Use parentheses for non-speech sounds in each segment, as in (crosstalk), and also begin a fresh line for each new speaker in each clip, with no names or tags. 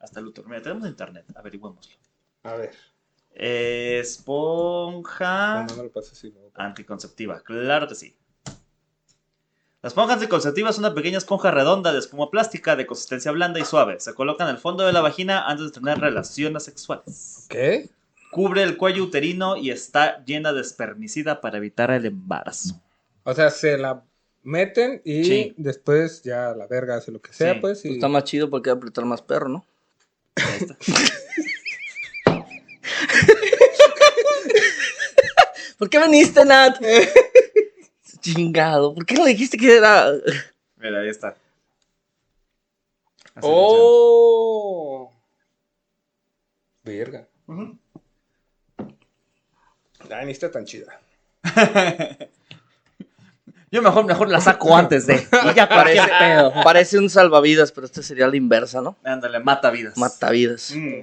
hasta Luthor. Mira, tenemos internet, averigüémoslo.
A ver.
Esponja
No, no me lo pases así. no.
anticonceptiva, claro que sí. La esponja anticonceptiva es una pequeña esponja redonda de espuma plástica de consistencia blanda y suave. Se coloca en el fondo de la vagina antes de tener relaciones sexuales.
¿Qué?
Cubre el cuello uterino y está llena de espermicida para evitar el embarazo.
O sea, se la meten y
Sí.
después ya la verga hace lo que sea,
Sí.
pues. Y...
Está más chido porque va a apretar más perro, ¿no?
Ahí está.
¿Por qué viniste, Nat? Chingado. ¿Por qué no dijiste que era...?
Mira, ahí está. Así
¡Oh! Verga.
funciona. Ujú.
Ay, ni está tan chida.
Yo mejor, mejor la saco antes (laughs) de.
Y ya (laughs) parece, parece un salvavidas, pero este sería la inversa, ¿no?
Ándale, mata vidas.
(laughs)
Matavidas.
Mm.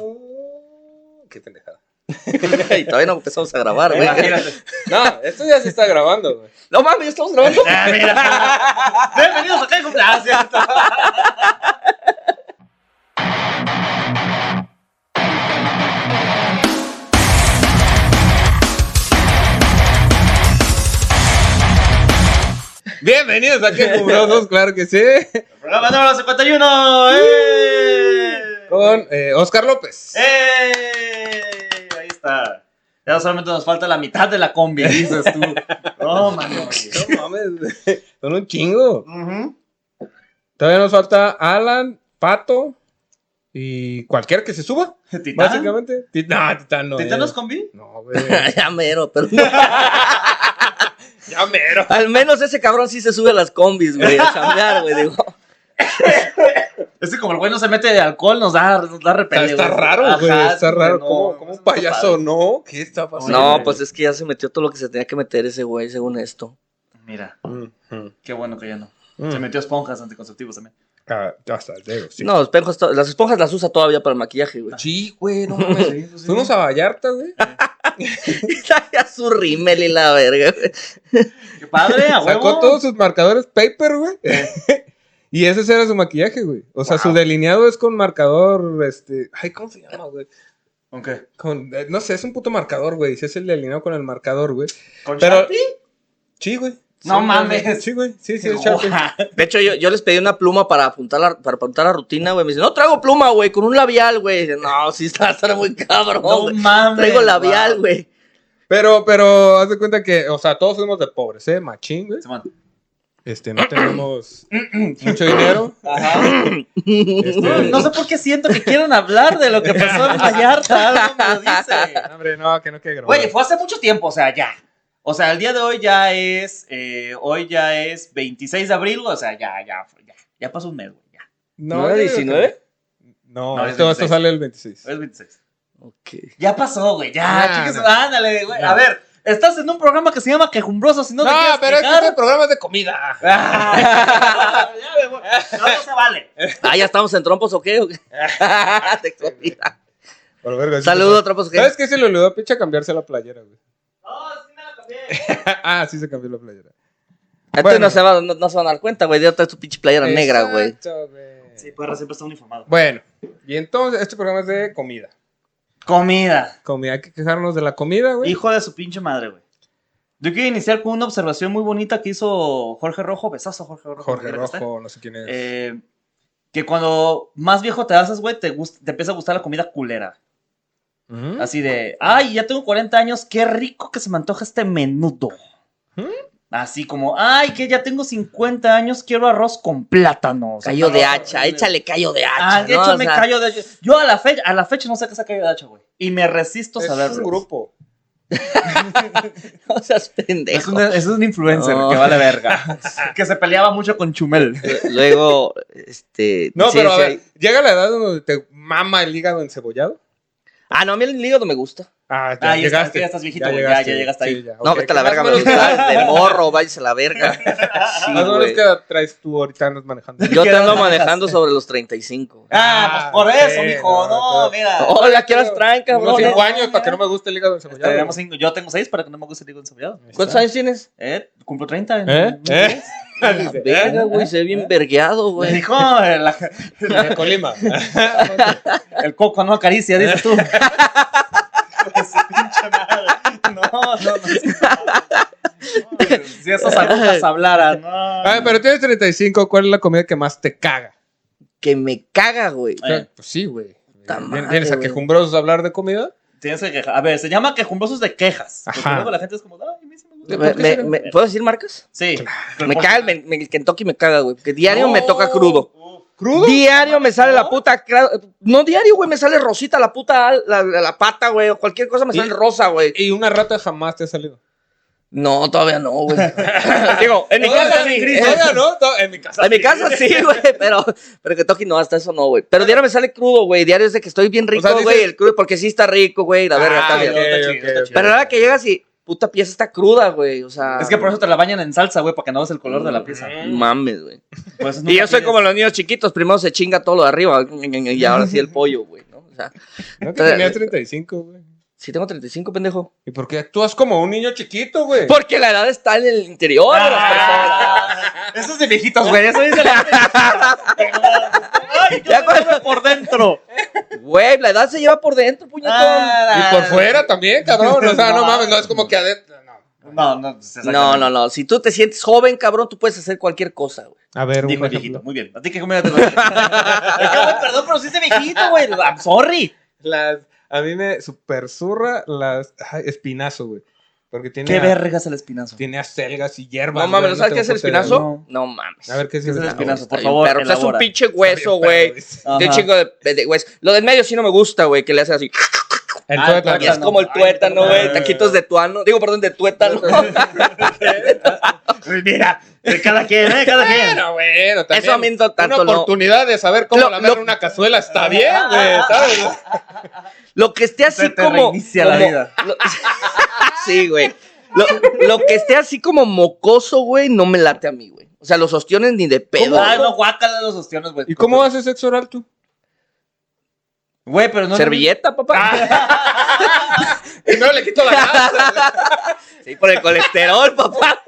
Oh, ¡Qué pendejada!
y todavía no empezamos a grabar, güey.
(laughs)
Imagínate.
No, esto ya se está grabando, güey.
No mames, ya estamos grabando.
Ah, mira. Bienvenidos Ah, acá en Complacias.
(laughs) Bienvenidos a Qué Cubrosos, claro que sí.
Programa número 51. ¡Eh!
Con eh, Oscar López.
¡Eh! Ahí está. Ya solamente nos falta la mitad de la combi, dices tú.
(laughs)
No, mano.
No mames, son un chingo.
Ujú.
Todavía nos falta Alan, Pato y cualquiera que se suba,
¿Titán?
básicamente. Ti- No, Titán no.
¿Titán
ya.
nos combi?
No, güey. (laughs)
ya mero, pero no.
ya
(laughs)
mero.
Al menos ese cabrón sí se sube a las combis, güey, a chambear, güey, digo.
Es que como el güey no se mete de alcohol, nos da, nos da repele,
Está
güey.
raro, güey.
Ajá,
Está raro.
no,
¿Cómo, cómo
no está
payaso,
padre.
no? ¿Qué está pasando?
No,
güey.
pues es que ya se metió todo lo que se tenía que meter ese güey, según esto.
Mira,
Mm, mm,
qué bueno que ya no.
mm.
Se metió esponjas anticonceptivos también.
Ah, hasta luego, sí.
No, espejos to- las esponjas las usa todavía para el maquillaje, güey. (laughs)
Pues Sí, güey, no mames. (laughs) Fuimos a Vallarta, güey.
ya su rímel y la verga, güey.
¡Qué padre, a huevo!
Sacó todos sus marcadores paper, güey. (laughs) y ese era su maquillaje, güey. O sea,
Wow.
su delineado es con marcador, este... Ay, ¿cómo se llama, güey?
¿Con qué?
Con, eh, no sé, es un puto marcador, güey. Si es el delineado con el marcador, güey.
¿Con
Pero-
Sharpie?
Sí, güey.
No
Sí,
mames.
güey. Sí, güey.
(laughs)
Sí, sí, es Sharpie.
De hecho, yo, yo les pedí una pluma para apuntar la, para apuntar la rutina, güey. Me dicen, no traigo pluma, güey, con un labial, güey. Dicen, No, sí, (laughs) está, está muy cabrón.
No
güey.
mames.
traigo labial,
wow.
güey.
Pero, pero, haz de cuenta que, o sea, todos fuimos de pobres, ¿eh? Machín, güey.
Simón.
Este, no
(clears throat)
tenemos mucho dinero.
No,
(laughs)
Este,
no sé por qué siento que quieren hablar de lo que pasó en Vallarta. Algo me lo dice.
no, hombre, no, que no quiere grabar.
Güey, fue hace mucho tiempo, o sea, ya. O sea, el día de hoy ya es. eh, hoy ya es 26 de abril, o sea, ya, ya, ya. Ya pasó un mes, güey. Ya.
¿No era
yo digo que
19?
No,
No, es
esto, esto
26.
sale el 26.
Hoy es 26.
Ok.
Ya pasó, güey. Ya,
Ah,
chicas,
no.
ándale, güey. A
No.
ver, estás en un programa que se llama Quejumbroso, si no,
No,
te quieres
pero es
(laughs)
que
quejar.
este programa es de comida.
Ah, ya, me voy. No, no se vale.
Ah, ya estamos en trompos, ¿o qué? ¿O qué? Te explotía.
Por verga, sí,
Saludos, trompos, ¿o
güey. ¿Sabes
qué?
qué? Se le olvidó pinche cambiarse la playera, güey. (laughs)
No, sí me la cambié.
ah, sí se cambió la playera.
Antes
Bueno.
no, se va- no, no se van a dar cuenta, güey. Ya está tu pinche playera negra, güey.
Exacto, güey.
Sí, Parra siempre está uniformado.
Bueno, y entonces este programa es de comida.
Comida.
Comida, hay que quejarnos de la comida, güey.
Hijo de su pinche madre, güey. Yo quiero iniciar con una observación muy bonita que hizo Jorge Rojo. Besazo, Jorge Rojo.
Jorge
donde quiera que esté.
Rojo, pues. no sé quién es.
Eh, que cuando más viejo te haces, güey, te, gust- te empieza a gustar la comida culera.
Ujú.
Así de, ay, ya tengo 40 años, qué rico que se me antoja este menudo.
¿Mm?
Así como, ay, que ya tengo 50 años, quiero arroz con plátanos.
Callo de hacha, échale callo de hacha.
Ah, de
¿no?
hecho
O
me
sea,
callo de hacha. Yo a la fecha, a la fecha no sé qué se callo de hacha, güey. Y me resisto a pues,
es
saberlo.
un grupo.
(laughs) No seas
Es
pendejo.
un, es un influencer
No.
que vale verga. que se peleaba mucho con Chumel. (laughs)
Luego, este.
No,
sí,
pero a
sí
ver,
hay-
llega la edad donde te mama el hígado encebollado.
Ah, no, a mí el hígado me gusta.
Ah,
Ah, ya
ya estás-
llegaste.
ya estás viejito, güey, ya-
llegaste,
ya llegaste ahí.
ya,
No,
ok,
vete a la
más o
verga,
menos-
me estás de morro, váyase a la verga. Sí,
Más o menos
güey.
que traes tú ahorita andas (laughs) manejando.
Yo te
¿Qué
ando
edad manejas?
manejando sobre los 35.
Ah, pues por
Ah,
eso,
ok,
mijo.
no,
No,
pero-
mira.
Hola, ¿qué horas traen,
Unos
cabrón?
cinco años para que no me guste el hígado
Este,
encebollado. (laughs)
tenemos cinco- Yo tengo seis para que no me guste el encebollado.
¿Cuántos años tienes?
¿Eh? Cumplo 30. en-
¿Eh?
en-
¿Eh? Dice, ¿Eh?
Verga,
¿Eh?
güey, se ve bien vergueado,
Me
güey.
dijo el,
De (laughs) Colima.
el coco no acaricia, dices tú. (laughs) Ese pinche madre. No, no, no. No, Si esas agujas hablaran, no.
Ah, pero tienes 35, ¿cuál es la comida que más te caga?
Que me caga, güey.
O sea,
Eh.
pues sí, güey.
Puta madre,
¿Vienes a
güey.
quejumbrosos a hablar de comida?
Tienes que quejar. A ver, se llama quejumbrosos de quejas. Porque
Ajá.
luego la gente es como, ay, a mí sí me gusta.
Me- me- me- ¿Puedo decir marcas?
Sí.
Me caga el, men- el Kentucky, me caga, güey. Porque diario me toca crudo.
Uf.
¿Crudo?
Diario me sale la puta. cra- No, diario, güey, me sale rosita la puta al- la, la- la pata, güey. O cualquier cosa me
¿Y-
sale rosa, güey.
Y una rata jamás te ha (laughs) salido.
No, todavía no, güey.
(laughs)
Digo, en mi casa sí.
Todavía no, to- en mi casa.
En mi casa (laughs) sí, güey, pero, pero que toque no, hasta eso no, güey. Pero diario me sale crudo, güey. Diario es de que estoy bien rico,
sea, dices-
güey. El crudo, porque sí está rico, güey. La verga,
Ah,
está
ok,
bien.
no, está
ok,
chido, está
ok.
chido.
Pero ahora que llegas y puta pieza está cruda, güey. O sea.
Es que por eso te la bañan en salsa, güey, para que no veas el color de la pieza.
Mames, güey.
Por eso
Y
nunca
yo soy
pides.
como los niños chiquitos. Primero se chinga todo lo de arriba. Y ahora sí el pollo, güey, ¿no? O sea,
No que
Eh,
tenía 35, güey.
sí tengo 35, pendejo.
¿Y por qué actúas como un niño chiquito, güey?
Porque la edad está en el interior de las personas.
Ah, (laughs) Eso es Ah. de viejitos, güey. Eso dice la Ay, yo
Ya
me
cuando-
muero por
(laughs)
dentro.
Güey, la edad se lleva por dentro, puñetón.
Ah,
Y por fuera también, cabrón.
(laughs)
O sea, no
No.
mames, no es como que adentro. No.
No, no, pues,
No,
exactamente.
no, no. Si tú te sientes joven, cabrón, tú puedes hacer cualquier cosa, güey.
A ver,
Dijo el viejito, muy bien. A ti que comida te
(laughs)
gusta? Es que, güey, Perdón, pero sí es de viejito, güey. I'm sorry.
Las, a mí me super zurra las ay, espinazo, güey. Porque tiene,
Qué vergas el espinazo.
tiene acelgas y hierbas.
No mames,
güey,
¿no sabes
tengo
qué es el
puta idea.
espinazo?
No.
No, mames.
A ver, ¿qué es
¿Qué
el
es el
espinazo?
espinazo?
Está
por
bien,
favor,
perro. O sea, es un
elabora.
pinche hueso,
Está bien,
güey.
perro, dice.
Ajá.
De chingo de, de hueso. Lo del medio sí no me gusta, güey, que le haces así.
El
Ah,
tuétano.
Y es como el
Ay,
tuétano,
no,
güey.
no,
Taquitos de tuano. Digo, perdón,
(laughs)
de tuétano.
Pues Mira, de cada quien, ¿eh? Cada quien.
Bueno, bueno, también.
Eso a mí no tanto,
Una
no.
oportunidad de saber cómo
Lo-
lamer
lo-
una cazuela está bien, güey, ¿sabes?
(laughs) Lo que esté así
Se te
como.
reinicia la
como-
vida.
lo- sí, güey. Lo, lo que esté así como mocoso, güey, no me late a mí, güey. O sea, los ostiones ni de pedo.
Ah,
güey.
no, guácala los ostiones, güey.
¿Y cómo haces sexo oral tú?
Güey, pero no.
Servilleta,
Ah,
papá.
Y no le quito la (laughs) grasa.
Sí, por el colesterol, (laughs) papá.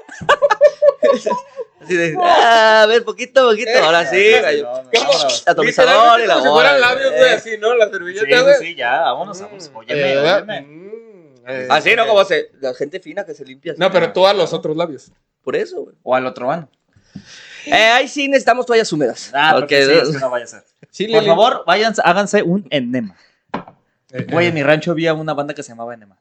Así de, ah, a ver, poquito, poquito. Ahora sí, güey.
No, no, no,
¿Cómo?
vámonos.
Atomizador
Literalmente
y la
como si fueran
bola,
labios,
güey.
güey, así, ¿no? La
Sí,
servilleta,
sí,
güey.
sí, ya, vámonos, vámonos.
Eh,
Óyeme,
¿verdad?
óyeme.
Mm, eh,
Así, ¿no?
ok.
Como se, la gente fina que se limpia. así.
No, pero tú a los otros labios.
Por eso, güey.
O al otro ano.
Eh, ahí sí necesitamos toallas húmedas.
Ah, porque
Porque-
sí, es que no vaya a ser.
Sí,
Por
Lili.
favor, váyanse, háganse un enema.
Eh,
Güey,
eh,
en mi rancho había una banda que se llamaba Enema.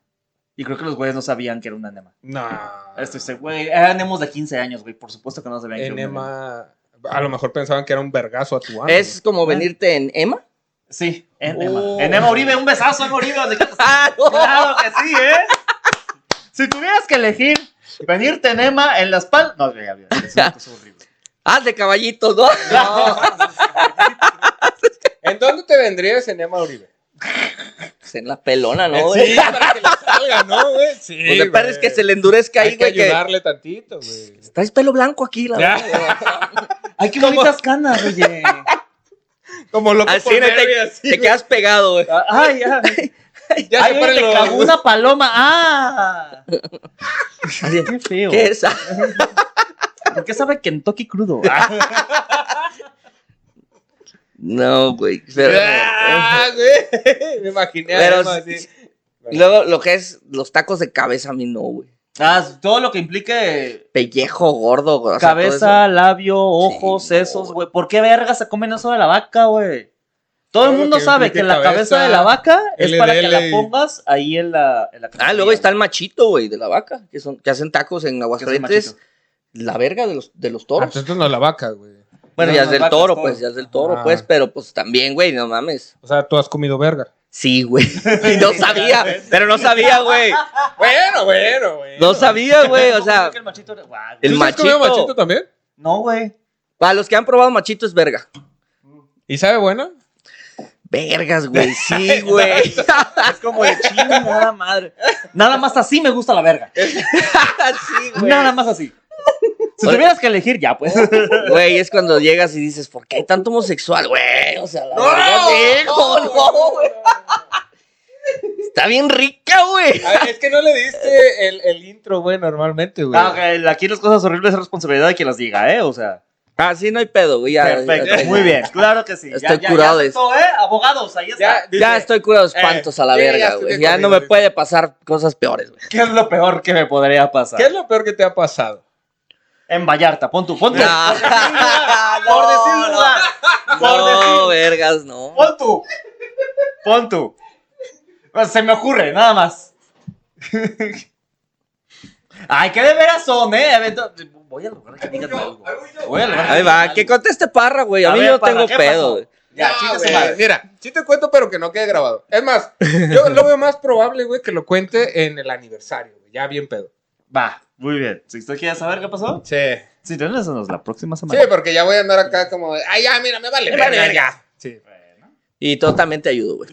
Y creo que los güeyes no sabían que era un enema.
No.
Esto dice, güey, eran emos de 15 años, güey. Por supuesto que no sabían que era un enema.
Enema. A lo mejor pensaban que era un vergazo a tu ano.
Es como venirte en Emma. (laughs)
Sí, enema.
Oh.
Enema Uribe, un besazo, Enema Uribe. donde quiera que estés.
Ah, no.
claro que sí, ¿eh? Si tuvieras que elegir venirte enema en la espalda. No, ya, ya, ya, es una cosa horrible.
Ah, de caballitos, ¿no?
¿En dónde te vendría ese enema, Uribe?
Pues (laughs) en la pelona, (laughs) ¿no?
sí,
güey?
para que le salga, ¿no, güey? Sí.
Pues de perro es que se le endurezca
Hay
ahí,
que
güey. Que
ayudarle tantito, güey.
Traes pelo blanco aquí, la verdad.
Ay, qué bonitas canas, oye.
Como loco
Así
por
no
Mary,
te,
así,
(laughs) te
güey.
quedas pegado, güey.
Ay, ay.
Ya
ay,
se ponen
te
los-
cagó una paloma. Ah. Ay, qué feo.
¿Qué es?
¿Por qué sabe Kentucky crudo? Ah,
No, güey. Pero,
(laughs) Ah, güey. (laughs) Me imaginé a
Pero
Emma
sí-
así.
eh, Luego, lo que es los tacos de cabeza, a mí no, güey.
Ah, todo lo que implique
Pellejo gordo, güey. o sea, todo
cabeza, labio, ojos,
Sí, no,
sesos, güey. ¿Por qué verga se comen eso de la vaca, güey? Todo
Todo
el
lo
mundo
que
sabe
implique
que la cabeza
cabeza,
de la vaca es para que la
LDL.
pongas ahí en la. En la
eso. Ah, luego está el machito, güey, de la vaca, que son, que hacen tacos en Aguascalientes. La verga de los, de los
Ah,
toros.
entonces no la vaca, güey.
Bueno,
No,
ya
no,
es del
vacas,
toro,
toro.
pues, ya es del toro,
Ah.
pues, pero pues también, güey, no mames.
O sea, tú has comido verga.
Sí, (laughs) güey. Y no sabía, pero no sabía, güey.
Bueno, bueno, güey.
No sabía, güey. (laughs) O sea,
El machito era- Guau,
el
güey.
¿Tú has comido
machito.
machito también?
No, güey.
para los que han probado machito es verga.
¿Y sabe buena?
Vergas, güey. (laughs) Sí, güey. (laughs)
Es como de chingada madre. Nada más así me gusta la verga.
sí, Eh, güey.
Nada más así. Si
Oye.
tuvieras que elegir, ya, pues.
(laughs) Güey, es cuando llegas y dices, ¿por qué hay tanto homosexual, güey? O sea, la verga, sí, no, no, güey. Está bien rica, güey.
Ay, es que no le diste el, el intro, güey, normalmente, güey.
Ah, ok, aquí las cosas horribles es responsabilidad de quien las diga, ¿eh? O sea.
Ah, sí, no hay pedo, güey. ya, ya,
Perfecto,
ya.
muy bien. Claro que sí. Ya,
Estoy
ya, ya,
curado de
esto, ¿eh? Abogados, ahí está.
Ya, dice,
Ya estoy curado de espantos
Eh,
a la
sí, ya
verga,
estoy
güey.
bien
Ya no
conmigo,
me
dice.
puede pasar cosas peores, güey.
¿Qué es lo peor que me podría pasar?
¿Qué es lo peor que te ha pasado?
En Vallarta, pon tu, pon tu.
No.
(laughs) Por decir un lugar. Por decir-
No, vergas, no.
Pon tu. Pon tu. Pues, Se me ocurre, nada más. Ay, que de veras son, ¿eh? A ver, to- Voy a lograr que digas algo. Voy a lograr que
Ahí
digas
va,
algo.
que conteste Parra, güey. A,
A
mí
ver,
yo no
Parra,
tengo
¿qué pasó?
pedo, güey.
Ya,
No,
chinga su
Ah, güey,
madre.
Mira, sí te cuento, pero que no quede grabado. Es más, yo lo veo más probable, güey, que lo cuente en el aniversario, güey. Ya bien pedo.
Va, muy bien. Si usted quiere saber qué pasó,
Sí.
si no, eso nos la próxima
Sí,
semana.
porque ya voy a andar acá como de, ay, ya, mira, me vale.
Me vale verga.
Sí.
Y totalmente ayudo, güey.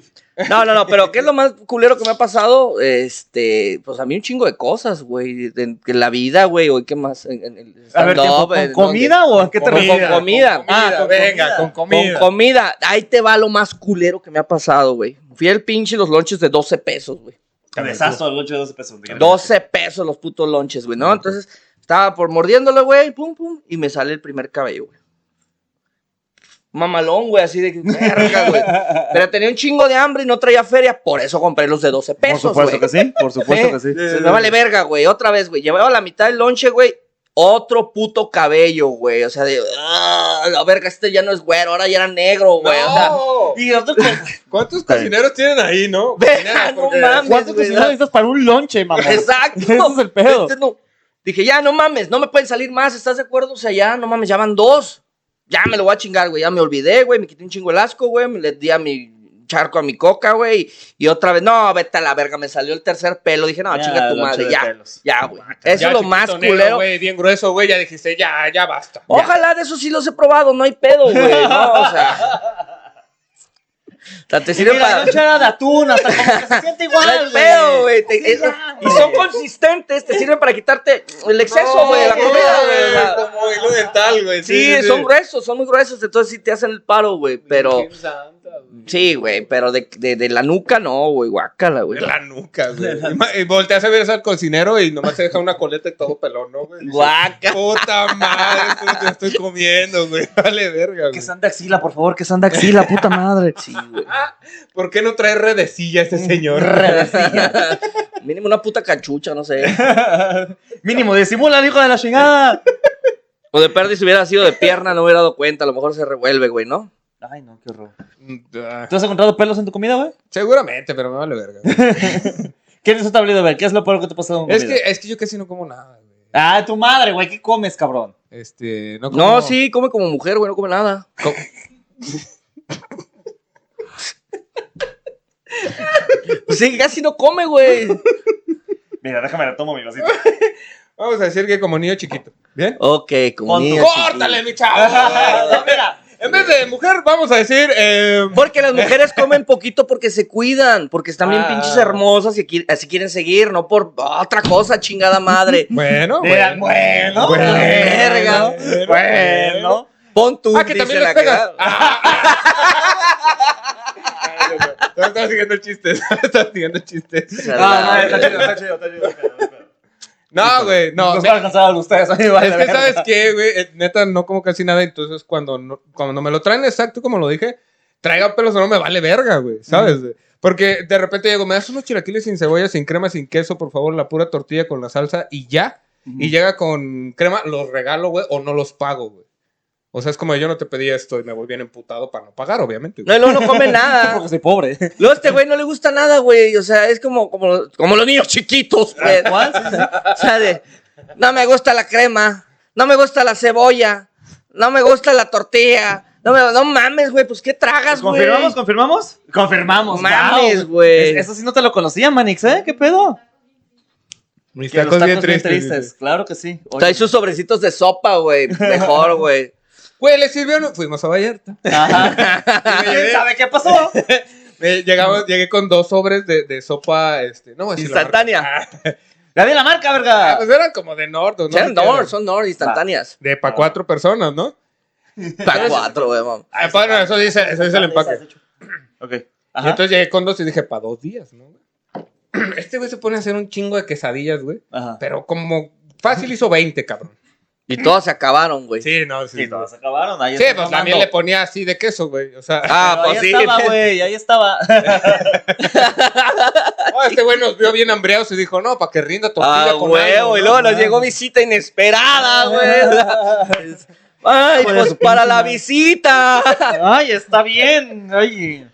No, no, no, pero ¿qué es lo más culero que me ha pasado? Este, pues a mí un chingo de cosas, güey. En, en la vida, güey, hoy qué más. En, en el
A ver,
stand-up,
tiempo, ¿con
en-
comida o a qué te
Con-
refieres?
con pues, comida.
Ah,
con
venga,
comida.
con
Con
comida.
comida. Ahí te va lo más culero que me ha pasado, güey. Fui al pinche los lonches de 12 pesos, güey.
Cabezazo al 8 de 12 pesos.
12 pesos los putos lonches, güey, ¿no? Entonces, estaba por mordiéndole, güey, pum, pum, y me sale el primer cabello, güey. Mamalón, güey, así de que, verga, güey. Pero tenía un chingo de hambre y no traía feria, por eso compré los de 12
Por
pesos,
supuesto
güey.
que sí, por supuesto que sí.
Sí, Se me vale verga, güey, otra vez, güey. Llevaba la mitad del lonche, güey. Otro puto cabello, güey. O sea, de. ah, la verga, este ya no es güero, ahora ya era negro, güey. O sea,
No.
Y otro (laughs)
¿Cuántos cocineros tienen ahí, no?
Ve,
Cocineras,
no
porque-
¿Cuánto
mames. güey,
cocineros
¿verdad?
necesitas para un lonche, mamá? (laughs)
Exacto.
Ese es el pedo.
Este no. Dije, ya, no mames, no me pueden salir más, ¿estás de acuerdo? O sea, ya, no mames, ya van dos. Ya me lo voy a chingar, güey. Ya me olvidé, güey. Me quité un chingo el asco, güey. Me le di a mi charco a mi coca, güey. Y otra vez, no, vete a la verga. Me salió el tercer pelo. Dije, no,
Ya,
chinga tu
lonche
madre,
de
ya.
pelos. Ah,
Ya, güey. Eso
Ya,
es lo
chiquito
más
negro,
culero.
güey, bien grueso, güey, ya dijiste, ya, ya basta.
Ojalá de eso sí los he probado, no hay pedo, güey. No, o sea.
(laughs)
O sea, te
Y
sirve
mira, la
para.
lonche era de atún, hasta como que se siente (laughs) igual,
No hay
güey.
pedo, güey. Te-
Sí,
es-
ya,
y
güey.
son
(laughs)
consistentes, te sirven para quitarte el exceso, Pues güey, de la
No,
comida, güey. o sea.
Como hilo dental, güey.
Sí, son gruesos, son muy gruesos, entonces sí te hacen el paro, güey. Pero, pues, sí, güey, pero de, de, de la nuca no, güey, guácala, güey.
En la nuca, güey.
(laughs)
Ima- Y volteas a ver al cocinero y nomás te deja una coleta y todo pelón, ¿no, güey?
Guácala.
Puta madre, esto es lo que estoy comiendo, güey. (laughs) Vale verga,
Que
güey.
sean de axila, por favor, que sean de (laughs) axila, puta madre.
Sí, güey.
¿Por qué no trae redecilla este
Mm, (laughs)
señor?
Mínimo una puta cachucha, no sé.
(laughs) Mínimo, disimula el hijo de la chingada.
O de perdi si hubiera sido de pierna, no hubiera dado cuenta, a lo mejor se revuelve, güey, ¿no?
(laughs) Ay, no, qué horror.
Mm, ah,
¿Tú has encontrado pelos en tu comida, güey?
Seguramente, pero me vale
(laughs)
verga. güey.
¿Qué es tu tablero, güey? ¿Qué es lo peor que te ha pasado en
Es que,
comida?
es que yo casi no como nada, güey.
Ah, tu madre, güey. ¿Qué comes, cabrón?
Este, no como.
No, sí, come como mujer, güey, no come nada. (laughs)
co-
Pues Sí, casi no come, güey.
Mira, déjame la tomo mi (laughs) vasito.
Vamos a decir que como niño chiquito. ¿Bien?
Ok, como
Con tu-
niña,
¡Córtale,
chiquilla.
mi chavo!
Mira,
En vez de mujer, vamos a decir. eh,
Porque las mujeres comen poquito porque se cuidan, porque están bien
Ah.
pinches hermosas y qui- así quieren seguir, no por otra cosa, chingada madre.
Bueno,
mira, bueno,
Bueno,
verga.
bueno,
Bueno.
Pon tú,
Ah, que
dice
también
la
les pegas.
cagada.
Estaba siguiendo el chiste. (laughs) Estaba siguiendo el chiste.
Ah,
No, no,
la
está
verga.
chido, está chido, está chido. está chido.
No, güey, no.
Nos
me-
van a alcanzar a (laughs) ustedes. a mí me vale
Es que,
verga.
¿sabes qué, güey? Eh, Neta, no como casi nada. Entonces, cuando, no- cuando me lo traen exacto como lo dije, traiga pelos o no me vale verga, güey. ¿Sabes? güey? Porque de repente llego, me das unos chilaquiles sin cebolla, sin crema, sin queso, por favor, la pura tortilla con la salsa y ya. Y llega con crema, los regalo, güey, o no los pago, güey. O sea, es como yo no te pedí esto y me voy bien emputado para no pagar, obviamente. güey.
No, y luego no come
Porque
(laughs)
nada.
soy pobre.
Luego a este güey no le gusta nada, güey. O sea, es como, como, como los niños chiquitos, güey. O sea, de, no me gusta la crema, no me gusta la cebolla, no me gusta la tortilla. No, me- no mames, güey, pues qué tragas, güey.
¿Confirmamos? ¿Confirmamos? Confirmamos.
Mames,
wow.
güey.
Es- Eso sí no te lo conocía, Manix, ¿eh? ¿Qué pedo?
Mis
Que los
tacos bien
tacos bien
tristes. güey.
Claro que sí. Oye,
Trae sus sobrecitos de sopa, güey. Mejor, güey.
Güey, le sirvieron. Fuimos a Vallarta.
(laughs) Ajá.
Y me
¿Quién
llevé-
sabe qué pasó?
me llegamos, Eh, llegué con dos sobres de, de sopa, este, no voy a decir la marca.
Instantánea.
La vi la marca,
Ah,
verga.
pues eran Ah. como de Nordo, ¿no?
Son Nord, son Nord instantáneas.
De pa' cuatro personas, ¿no?
Pa' cuatro, güey, mam.
Ah, bueno, eso dice, eso dice el empaque.
Ok.
Y
Ajá.
entonces llegué con dos y dije, pa' dos días, ¿no? (clears throat) Este güey se pone a hacer un chingo de quesadillas, güey.
Ajá.
Pero como fácil hizo 20, cabrón.
Y todas se acabaron, güey.
Sí, no, sí.
Y todas acabaron. Ahí
Sí,
está
pues
mamando.
también le ponía así de queso, güey. O sea, (laughs)
(laughs) Ah,
Pero
pues
ahí
sí.
estaba, güey, ahí estaba.
no, este güey nos vio bien hambreados y dijo, no, para que rinda tortilla
Ah,
con
huevo,
algo,
y
¿no?
luego nos llegó visita inesperada, güey. Ay,
Ah. Hijo de
pues
su
para
pinche
la
madre.
visita.
(laughs)
(laughs)
Ay, está bien. Ay.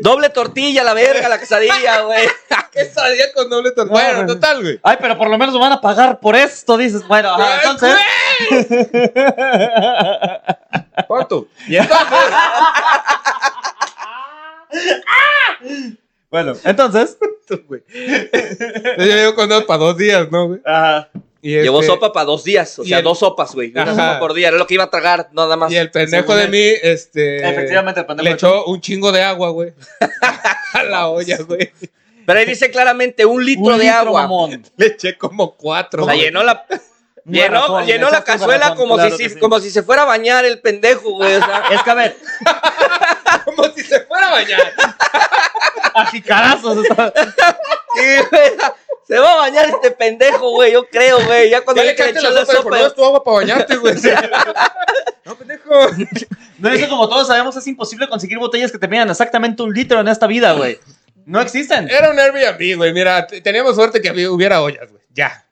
Doble tortilla, la verga, la quesadilla,
(laughs)
güey.
Quesadilla con doble tortilla.
No,
Bueno,
güey.
total, güey.
Ay, pero por lo menos me van a pagar por esto, dices. Bueno,
(laughs)
ajá, entonces.
(laughs)
¿Cuánto?
Bueno, entonces.
güey. Yo llevo con dos para dos días, ¿no, güey?
Ajá.
Y
Llevó
este-
sopa para dos días, o
y
sea,
el-
dos sopas, güey. Una
Ajá.
sopa por día, era lo que iba a tragar, nada más.
Y el pendejo
Según
de
él.
mí,
Eh,
este.
Efectivamente, el pendejo
Le
de
echó un chingo de agua, güey. (laughs) A la olla, güey.
Pero ahí dice claramente un litro
Un
de
litro,
agua.
mamón.
Le eché como cuatro,
O sea,
güey.
llenó la,
Una
llenó,
razón,
llenó la
exacto, una
cazuela
razón,
como,
claro
si,
que
si-
sí.
como si se fuera a bañar el pendejo, güey.
(laughs)
o sea.
Es que a ver,
(laughs) Como si se fuera a
(laughs)
bañar.
a jicarazos. o sea,
Sí, güey, se va a bañar este pendejo, güey, yo creo, güey. Ya cuando
Ya le
le
echaste
echó
la sopa, por no es tu agua para bañarte,
(laughs)
güey. (laughs) No, pendejo.
No es que como todos sabemos, es imposible conseguir botellas que te midan exactamente un litro en esta vida, güey. No existen.
Era un Airbnb, güey. Mira, t- teníamos suerte que había- hubiera ollas, güey. Ya.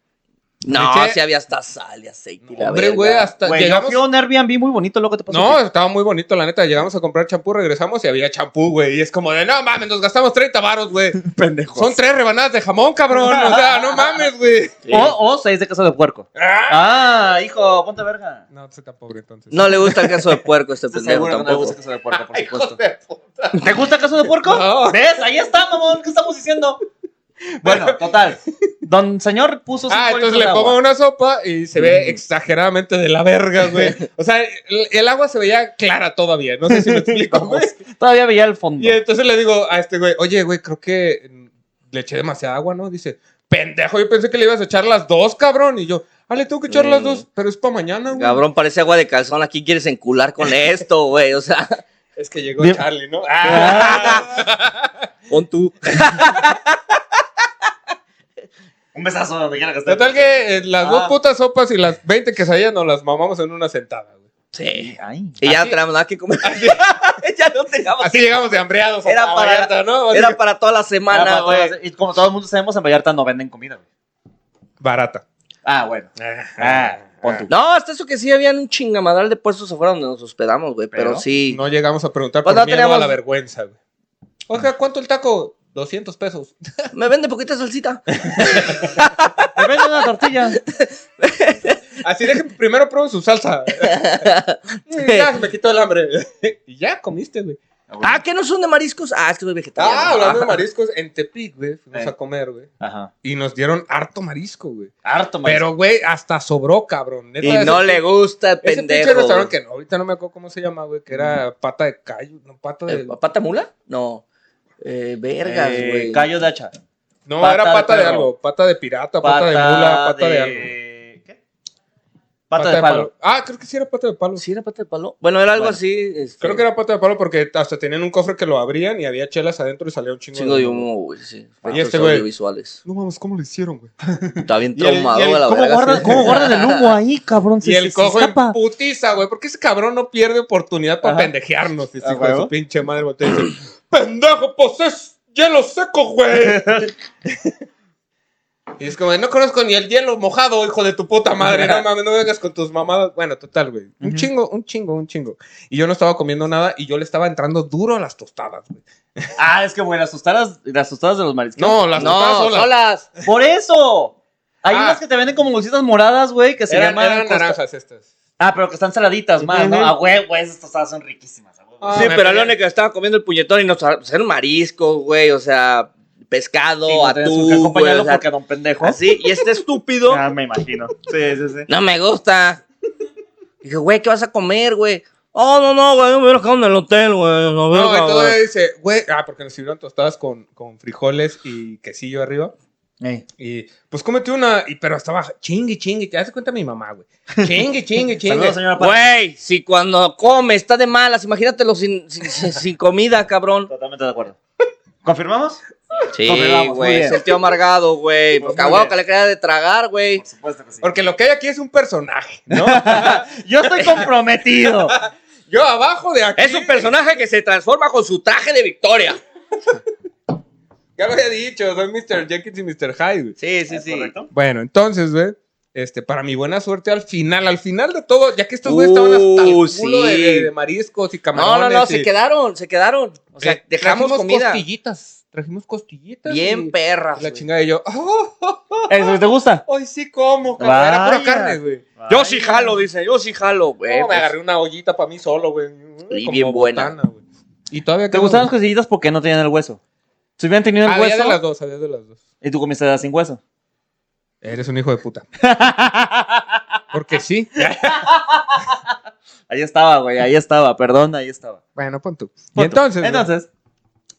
No,
Eché-
si había hasta sal y aceite. y la
Hombre,
verga.
güey, hasta
Güey, yo
llegamos.
fui a un Airbnb muy bonito, loco, te paso.
No, estaba muy bonito, la neta. Llegamos a comprar champú, regresamos y había champú, güey. Y es como de, no mames, nos gastamos 30
(laughs)
varos, güey.
pendejo.
Son tres rebanadas de jamón, cabrón. O sea,
(laughs)
no mames, güey.
O, o seis de queso de puerco.
Ah.
Ah, hijo, ponte verga.
No, se está pobre entonces. (laughs)
No le gusta el queso de puerco a este pendejo
Seguro que no le gusta el
tampoco.
queso de puerco, por
Hijo
supuesto.
de puta.
¿Te gusta el queso de puerco?
No.
¿Ves? Ahí está, mamón. ¿Qué estamos diciendo? Bueno, total. Don señor puso cinco
Ah, entonces
litros
le
de agua.
pongo una sopa y se ve exageradamente de la verga,
(laughs)
güey. O sea, el, el agua se veía clara todavía.
(laughs)
No sé si me explico, güey.
Todavía veía el fondo.
Y entonces le digo a este güey, oye, güey, creo que mm, le eché demasiada agua, ¿no? Dice, pendejo, yo pensé que le ibas a echar las dos, cabrón. Y yo, ah, le tengo que echar las
Mm.
dos, pero es para mañana, güey.
Cabrón, parece agua de calzón. ¿A quién quieres encular con esto, güey? O sea,
Es que llegó
Bien.
Charlie, ¿no? Ah.
(laughs) pon tú.
Un besazo donde quiera que esté.
Total que eh, las dos
Ah.
putas sopas y las 20 quesadillas nos las mamamos en una sentada, güey.
Sí.
Ay.
Y ya no tenemos nada que comer. (laughs) ya no teníamos.
Así llegamos de hambreados.
Era
a
para-
Vallarta, ¿no?
Era para toda la semana,
Nada,
güey.
todas- y como todo el mundo sabemos, en Vallarta no venden comida, güey.
Barata.
Ah, bueno. Ah, pon tú.
No, hasta eso que sí habían un chingamadral de puestos afuera donde nos hospedamos, güey. Pero,
Pero
sí.
No llegamos a preguntar
Pues
por
no
miedo
teníamos-
a la vergüenza, güey. Oiga, ¿cuánto el taco? 200 pesos.
Me vende poquita salsita.
Me venden una tortilla.
Así dejen primero pruebo su salsa. Mm, ya, me quitó el hambre. y ya comiste, güey.
ah, que no son de mariscos. Ah, es que soy vegetariano.
Ah, hablando de mariscos, en Tepic, güey, fuimos
Eh.
a comer, güey.
Ajá.
Y nos dieron harto marisco, güey.
Harto, man.
Pero, güey, hasta sobró, cabrón. Neta,
Y
ese
no
pinche-
le gusta el
Ese pinche
pendejo.
restaurante
güey.
que no, ahorita no me acuerdo cómo se llama, güey, que era pata de callo, no, pata de...
Eh, ¿Pata mula? No. Eh, vergas,
Eh,
güey.
callo de hacha.
no,
pata
era
de
pata de,
perro.
algo, pata de pirata, pata, de mula, pata de, algo.
¿Qué? Pata, de, palo.
Ah, creo que sí era pata de palo.
¿Sí era pata de palo? Bueno, era algo
Bueno,
así. este,
Creo que era pata de palo porque hasta tenían un cofre que lo abrían y había chelas adentro y salía un chingo,
Chingo de humo, güey. Sí. Efectos
este güey.
audiovisuales.
No mames, ¿cómo lo hicieron, güey?
Está bien
(laughs) Y el- y el-
traumado, güey, la
¿Cómo
verga.
guardan,
sí.
¿Cómo guardan el humo ahí, cabrón? Se,
Y el
se- se
cojo en
escapa.
putiza, güey. Porque ese cabrón no pierde oportunidad para
Ajá.
pendejearnos. Ese
¿A
hijo de su
huevo?
pinche madre voltea y dice, ¡Pendejo, pues es hielo
(laughs)
seco, güey! y es como, no conozco ni el hielo mojado, hijo de tu puta madre. No mames, no vengas con tus mamadas. Bueno, total, güey. Un
Ujú.
chingo, un chingo, un chingo. Y yo no estaba comiendo nada y yo le estaba entrando duro a las tostadas, güey.
Ah, es que, güey, las tostadas, las tostadas de los mariscos.
No, las tostadas
No,
solas.
solas.
¡Por eso! Hay
Ah.
unas que te venden como bolsitas moradas, güey, que se
Eran,
llaman.
eran
costa-
naranjas estas.
Ah, pero que están saladitas más, ¿no?
Ujú.
Ah, güey, güey, esas tostadas son riquísimas. a huevo.
Ah,
sí,
me
pero
peleé.
la única que estaba comiendo el puñetón y no sabía hacer marisco, güey. O sea, pescado,
Sí, no tenías con qué
atún, güey.
acompañarlo
O sea,
porque don pendejo.
(laughs)
así. Y este estúpido
Ah, me imagino. Sí, sí, sí.
no me gusta. Y dije, güey, ¿qué vas a comer, güey? Oh, no, no, güey, me hubiera quedado en el hotel, güey.
No,
No,
y
verga,
todavía
güey.
dice, güey, ah, porque nos sirvieron tostadas con, con frijoles y quesillo arriba.
Ey.
Y pues cómete una, y, pero estaba chingue, chingue, te das cuenta mi mamá, güey. Chingue,
(laughs)
chingue, chingue.
Saludos, señora Paz.
Güey, si cuando come está de malas, imagínatelo sin,
(laughs)
sin, sin- sin comida, cabrón.
Totalmente de acuerdo. ¿Confirmamos?
Sí,
Confirmamos, muy
güey,
bien.
es el tío amargado, güey.
Pues
Porque
muy
aguado
bien.
que le queda de tragar, güey.
Por supuesto que sí.
Porque lo que hay aquí es un personaje, ¿no?
Yo estoy comprometido.
Yo abajo de aquí.
Es un personaje que se transforma con su traje de victoria.
Ya lo había dicho, soy Mr. Jenkins y Mr. Hyde, güey.
Sí, (laughs) sí,
¿Es
sí.
correcto?
Bueno, entonces, güey, este, para mi buena suerte, al final, al final de todo, ya que estos güeyes
Uh,
estaban hasta el culo de,
sí.
de- de mariscos y
No,
camarones.
no, no, se
y-
quedaron, se quedaron. O sea,
Eh,
dejamos
trajimos
comida
costillitas. Trajimos costillitas.
bien
y-
perras.
y La
güey.
chingada y yo, oh, oh, oh,
¿Eso te gusta?
hoy sí como, cabrón. Era pura
Vaya.
carne, güey.
Yo sí jalo, dice, yo sí jalo, güey.
No, me
Pues,
agarré una ollita para mí solo, güey.
Y
Como
bien buena.
güey. Y todavía
¿Te
quedan-
gustaban las cosillitas porque no tenían el hueso? Si hubieran tenido el
Ah,
Había Ah, de las
hueso
dos, había de las dos.
y tú comiste las sin hueso. (laughs)
Eres un hijo de puta. Porque (laughs) sí.
Ahí estaba, güey, ahí estaba, perdón, ahí estaba.
Bueno, pon tú. Y
Punto.
entonces, güey,
entonces,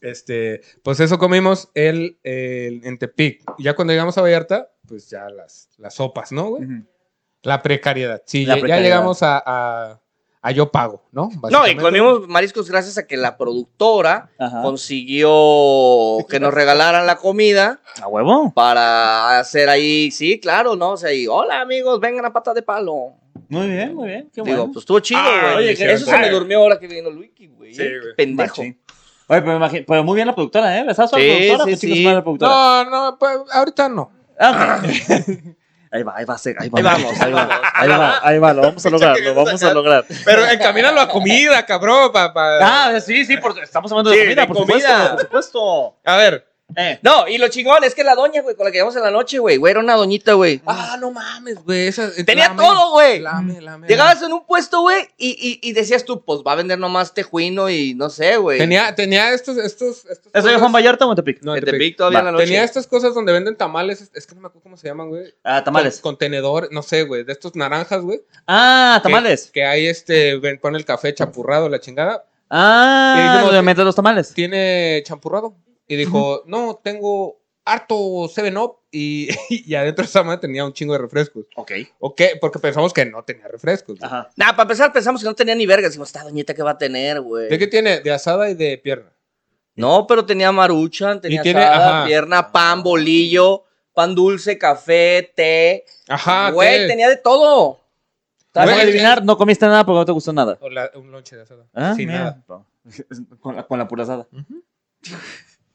este, pues eso comimos el, el- en Tepic. Y Ya cuando llegamos a Vallarta, pues ya las, las sopas, ¿no, güey?
ujú,
La precariedad. Sí,
La
ya-
precariedad.
ya llegamos a, a, a Yo Pago, ¿no?
No, y
Básicamente. Ah.
comimos mariscos gracias a que la productora
Ajá.
consiguió que nos regalaran la comida
a huevo.
para hacer ahí, sí, claro, ¿no? O sea, y hola amigos, vengan a pata de palo.
Muy bien, muy bien, qué
Digo,
bueno.
pues estuvo chido,
Ah,
güey.
oye, qué
eso se me
padre.
durmió ahora que vino Luiki, güey.
Sí,
eh, qué
güey.
pendejo.
Machín. Oye, pero, me imagino- pero muy bien la productora, ¿eh? ¿Besazo a la
Sí,
productora?
sí,
¿Qué chicos
sí.
madre la productora?
No, no, pues, ahorita no.
Ah, (laughs) ok. ahí va, ahí va, a ser- ahí va,
Ahí vamos,
ahí va, ahí va, ahí va, lo vamos a lograr, lo vamos a lograr.
Pero encamínalo a comida, cabrón. pa- pa-
Ah, sí, sí, porque estamos hablando
Sí,
de comida,
de
por
comida.
supuesto, por supuesto.
A ver.
Eh,
No, y lo chingón es que la doña, güey, con la que llegamos en la noche, güey, güey, era una doñita, güey.
Ah, no mames, güey. esa- eh,
Tenía
lame,
todo, güey.
lame, lame,
Llegabas en un puesto, güey, y, y, y decías tú, pues va a vender nomás tejuino y no sé, güey.
Tenía, tenía estos, estos, estos
¿Eso
cosas-
es Juan Vallarta o Montepic?
No,
En
Tepic.
Tepic todavía
Va,
en la noche.
Tenía estas cosas donde venden tamales, es, es que no me acuerdo cómo se llaman, güey.
Ah, tamales.
Con- Contenedor, no sé, güey, de estos naranjas, güey. que-
Ah, tamales.
Que hay este, ven, pone el café chapurrado, la chingada. Y
Ah,
dijimos,
lo de meter los tamales.
Tiene champurrado. Y dijo, no, tengo harto 7 Up. Y, (laughs) y adentro esa madre tenía un chingo de refrescos.
Ok.
¿O qué? Porque pensamos que no tenía refrescos. güey.
Ajá.
Nah, para empezar pensamos que no tenía ni verga. Dijimos, esta doñita que va a tener, güey.
¿De qué tiene? De asada y de pierna.
No, pero tenía maruchan, tenía
tiene-
asada,
ajá.
pierna, pan, bolillo, pan dulce, café, té.
Ajá.
Güey,
Ah, té.
tenía de todo.
¿Sabes
Güey,
cómo adivinar? No comiste nada porque no te gustó nada.
O la- un lonche de asada.
Ah,
Sin
mira.
nada.
Con la, con la pura asada. Hijo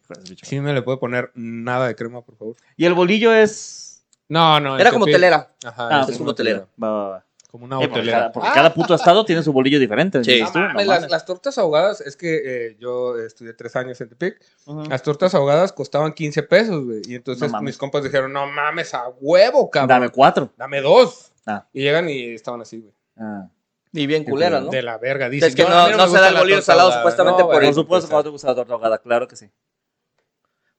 de su bicho.
Sí, me le puede poner nada de crema, por favor.
Y el bolillo es.
No, no.
Era
el
como
tepi-
telera.
Ajá.
Ah,
era
es
como telera.
Va, va, va.
Como una
Eh, porque
hotelera.
cada, porque cada puto estado tiene su bolillo diferente.
Sí.
dices tú, no
Mames, las,
mames.
las tortas ahogadas, es que eh, yo estudié tres años en Tepic.
Ujú.
Las tortas ahogadas costaban 15 pesos, güey. Y
No
entonces
mames.
mis compas dijeron, no mames, a huevo, cabrón.
Dame
Dame,
cuatro.
dos.
Ah.
Y llegan y estaban así, güey.
Ah.
Y bien culera, ¿no?
De la verga, dicen.
Es que
Yo-
no-
a mí
no
me
se
gusta
da el
la
bolillo
torta
salado,
ahogada,
supuestamente por
güey,
Por
el-
supuesto, cuando te gusta la torta ahogada, claro que sí.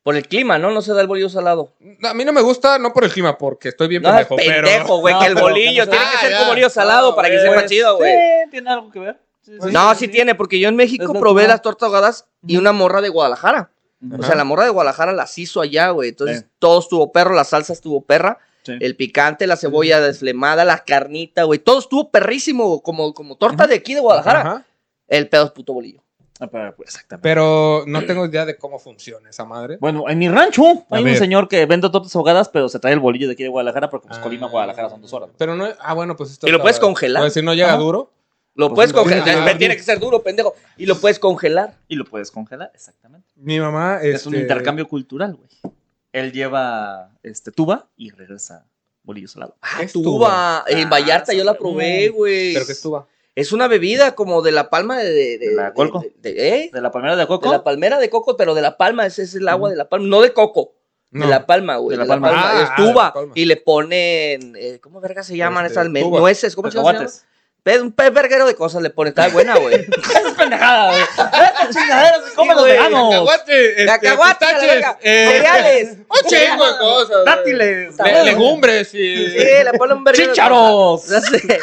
Por el clima, ¿no? No se da el bolillo salado.
No, A mí no me gusta, no por el clima, porque estoy bien
No, es
pendejo, pero...
pendejo, güey,
No,
que el
pero
bolillo.
que no
Tiene
sea-
que
Ah,
ser
ya.
con bolillo salado
No,
para que
güey,
sepa
Pues,
chido, güey.
sí, tiene algo que ver. Sí, sí,
No,
sí.
sí tiene, porque yo en
Es
México
lo
probé
que-
las tortas ahogadas y una morra de Guadalajara. O
Ujú.
sea, la morra de Guadalajara las hizo allá, güey. Entonces,
Sí.
todo estuvo perro, la salsa estuvo perra,
Sí.
el picante, la cebolla desflemada, la carnita, güey. Todo estuvo perrísimo, güey, como, como torta de aquí de Guadalajara.
Ajá.
El pedo es puto bolillo.
Ah, pero, pues, exactamente.
Pero no tengo idea de cómo funciona esa madre.
Bueno, en mi rancho
A
hay un
ver.
señor que vende tortas ahogadas, pero se trae el bolillo de aquí de Guadalajara porque pues Colima,
Ah.
Guadalajara son dos horas.
Pero no... Ah, bueno, pues esto...
Y lo
está-
puedes congelar.
Pues si no llega
Ajá.
duro.
Lo
Pues
puedes
no,
congelar,
tiene que ser
tiene que ser duro, pendejo. Y lo puedes congelar.
Y lo puedes congelar, exactamente.
Mi mamá...
Es un
este,
intercambio cultural, güey. Él lleva este tuba y regresa bolillo salado.
Ah,
¿Qué es
tuba. En
Ah,
Vallarta yo la
sabe-
probé, güey.
Pero que estuvo...
Es una bebida como de la palma de... de, de-
¿De la
de-
colco?
de- de- ¿eh?
De la palmera de coco.
De la palmera de coco, pero de la palma, ese es el agua de la palma, no de coco,
No.
de la palma, güey. De la palma,
Ah,
es tuba
de la palma.
y le ponen, eh, ¿cómo verga se llaman
Este,
esas almen-
tuba.
nueces? ¿Cómo se llaman?
Cacahuates. Este,
¿Ves? Un pe- verguero de cosas le pone. Está buena,
(laughs)
güey.
Esas pendejadas, güey. Estas chingaderas que comen los
güey.
veganos.
Cacahuate, este,
Cacahuate, a la
pistaches,
verga.
eh,
Cereales.
Un chingo de cosas.
Dátiles.
güey. Le- legumbres y.
Sí, le pone un verguero. de
Chícharos.
cosas. No sé.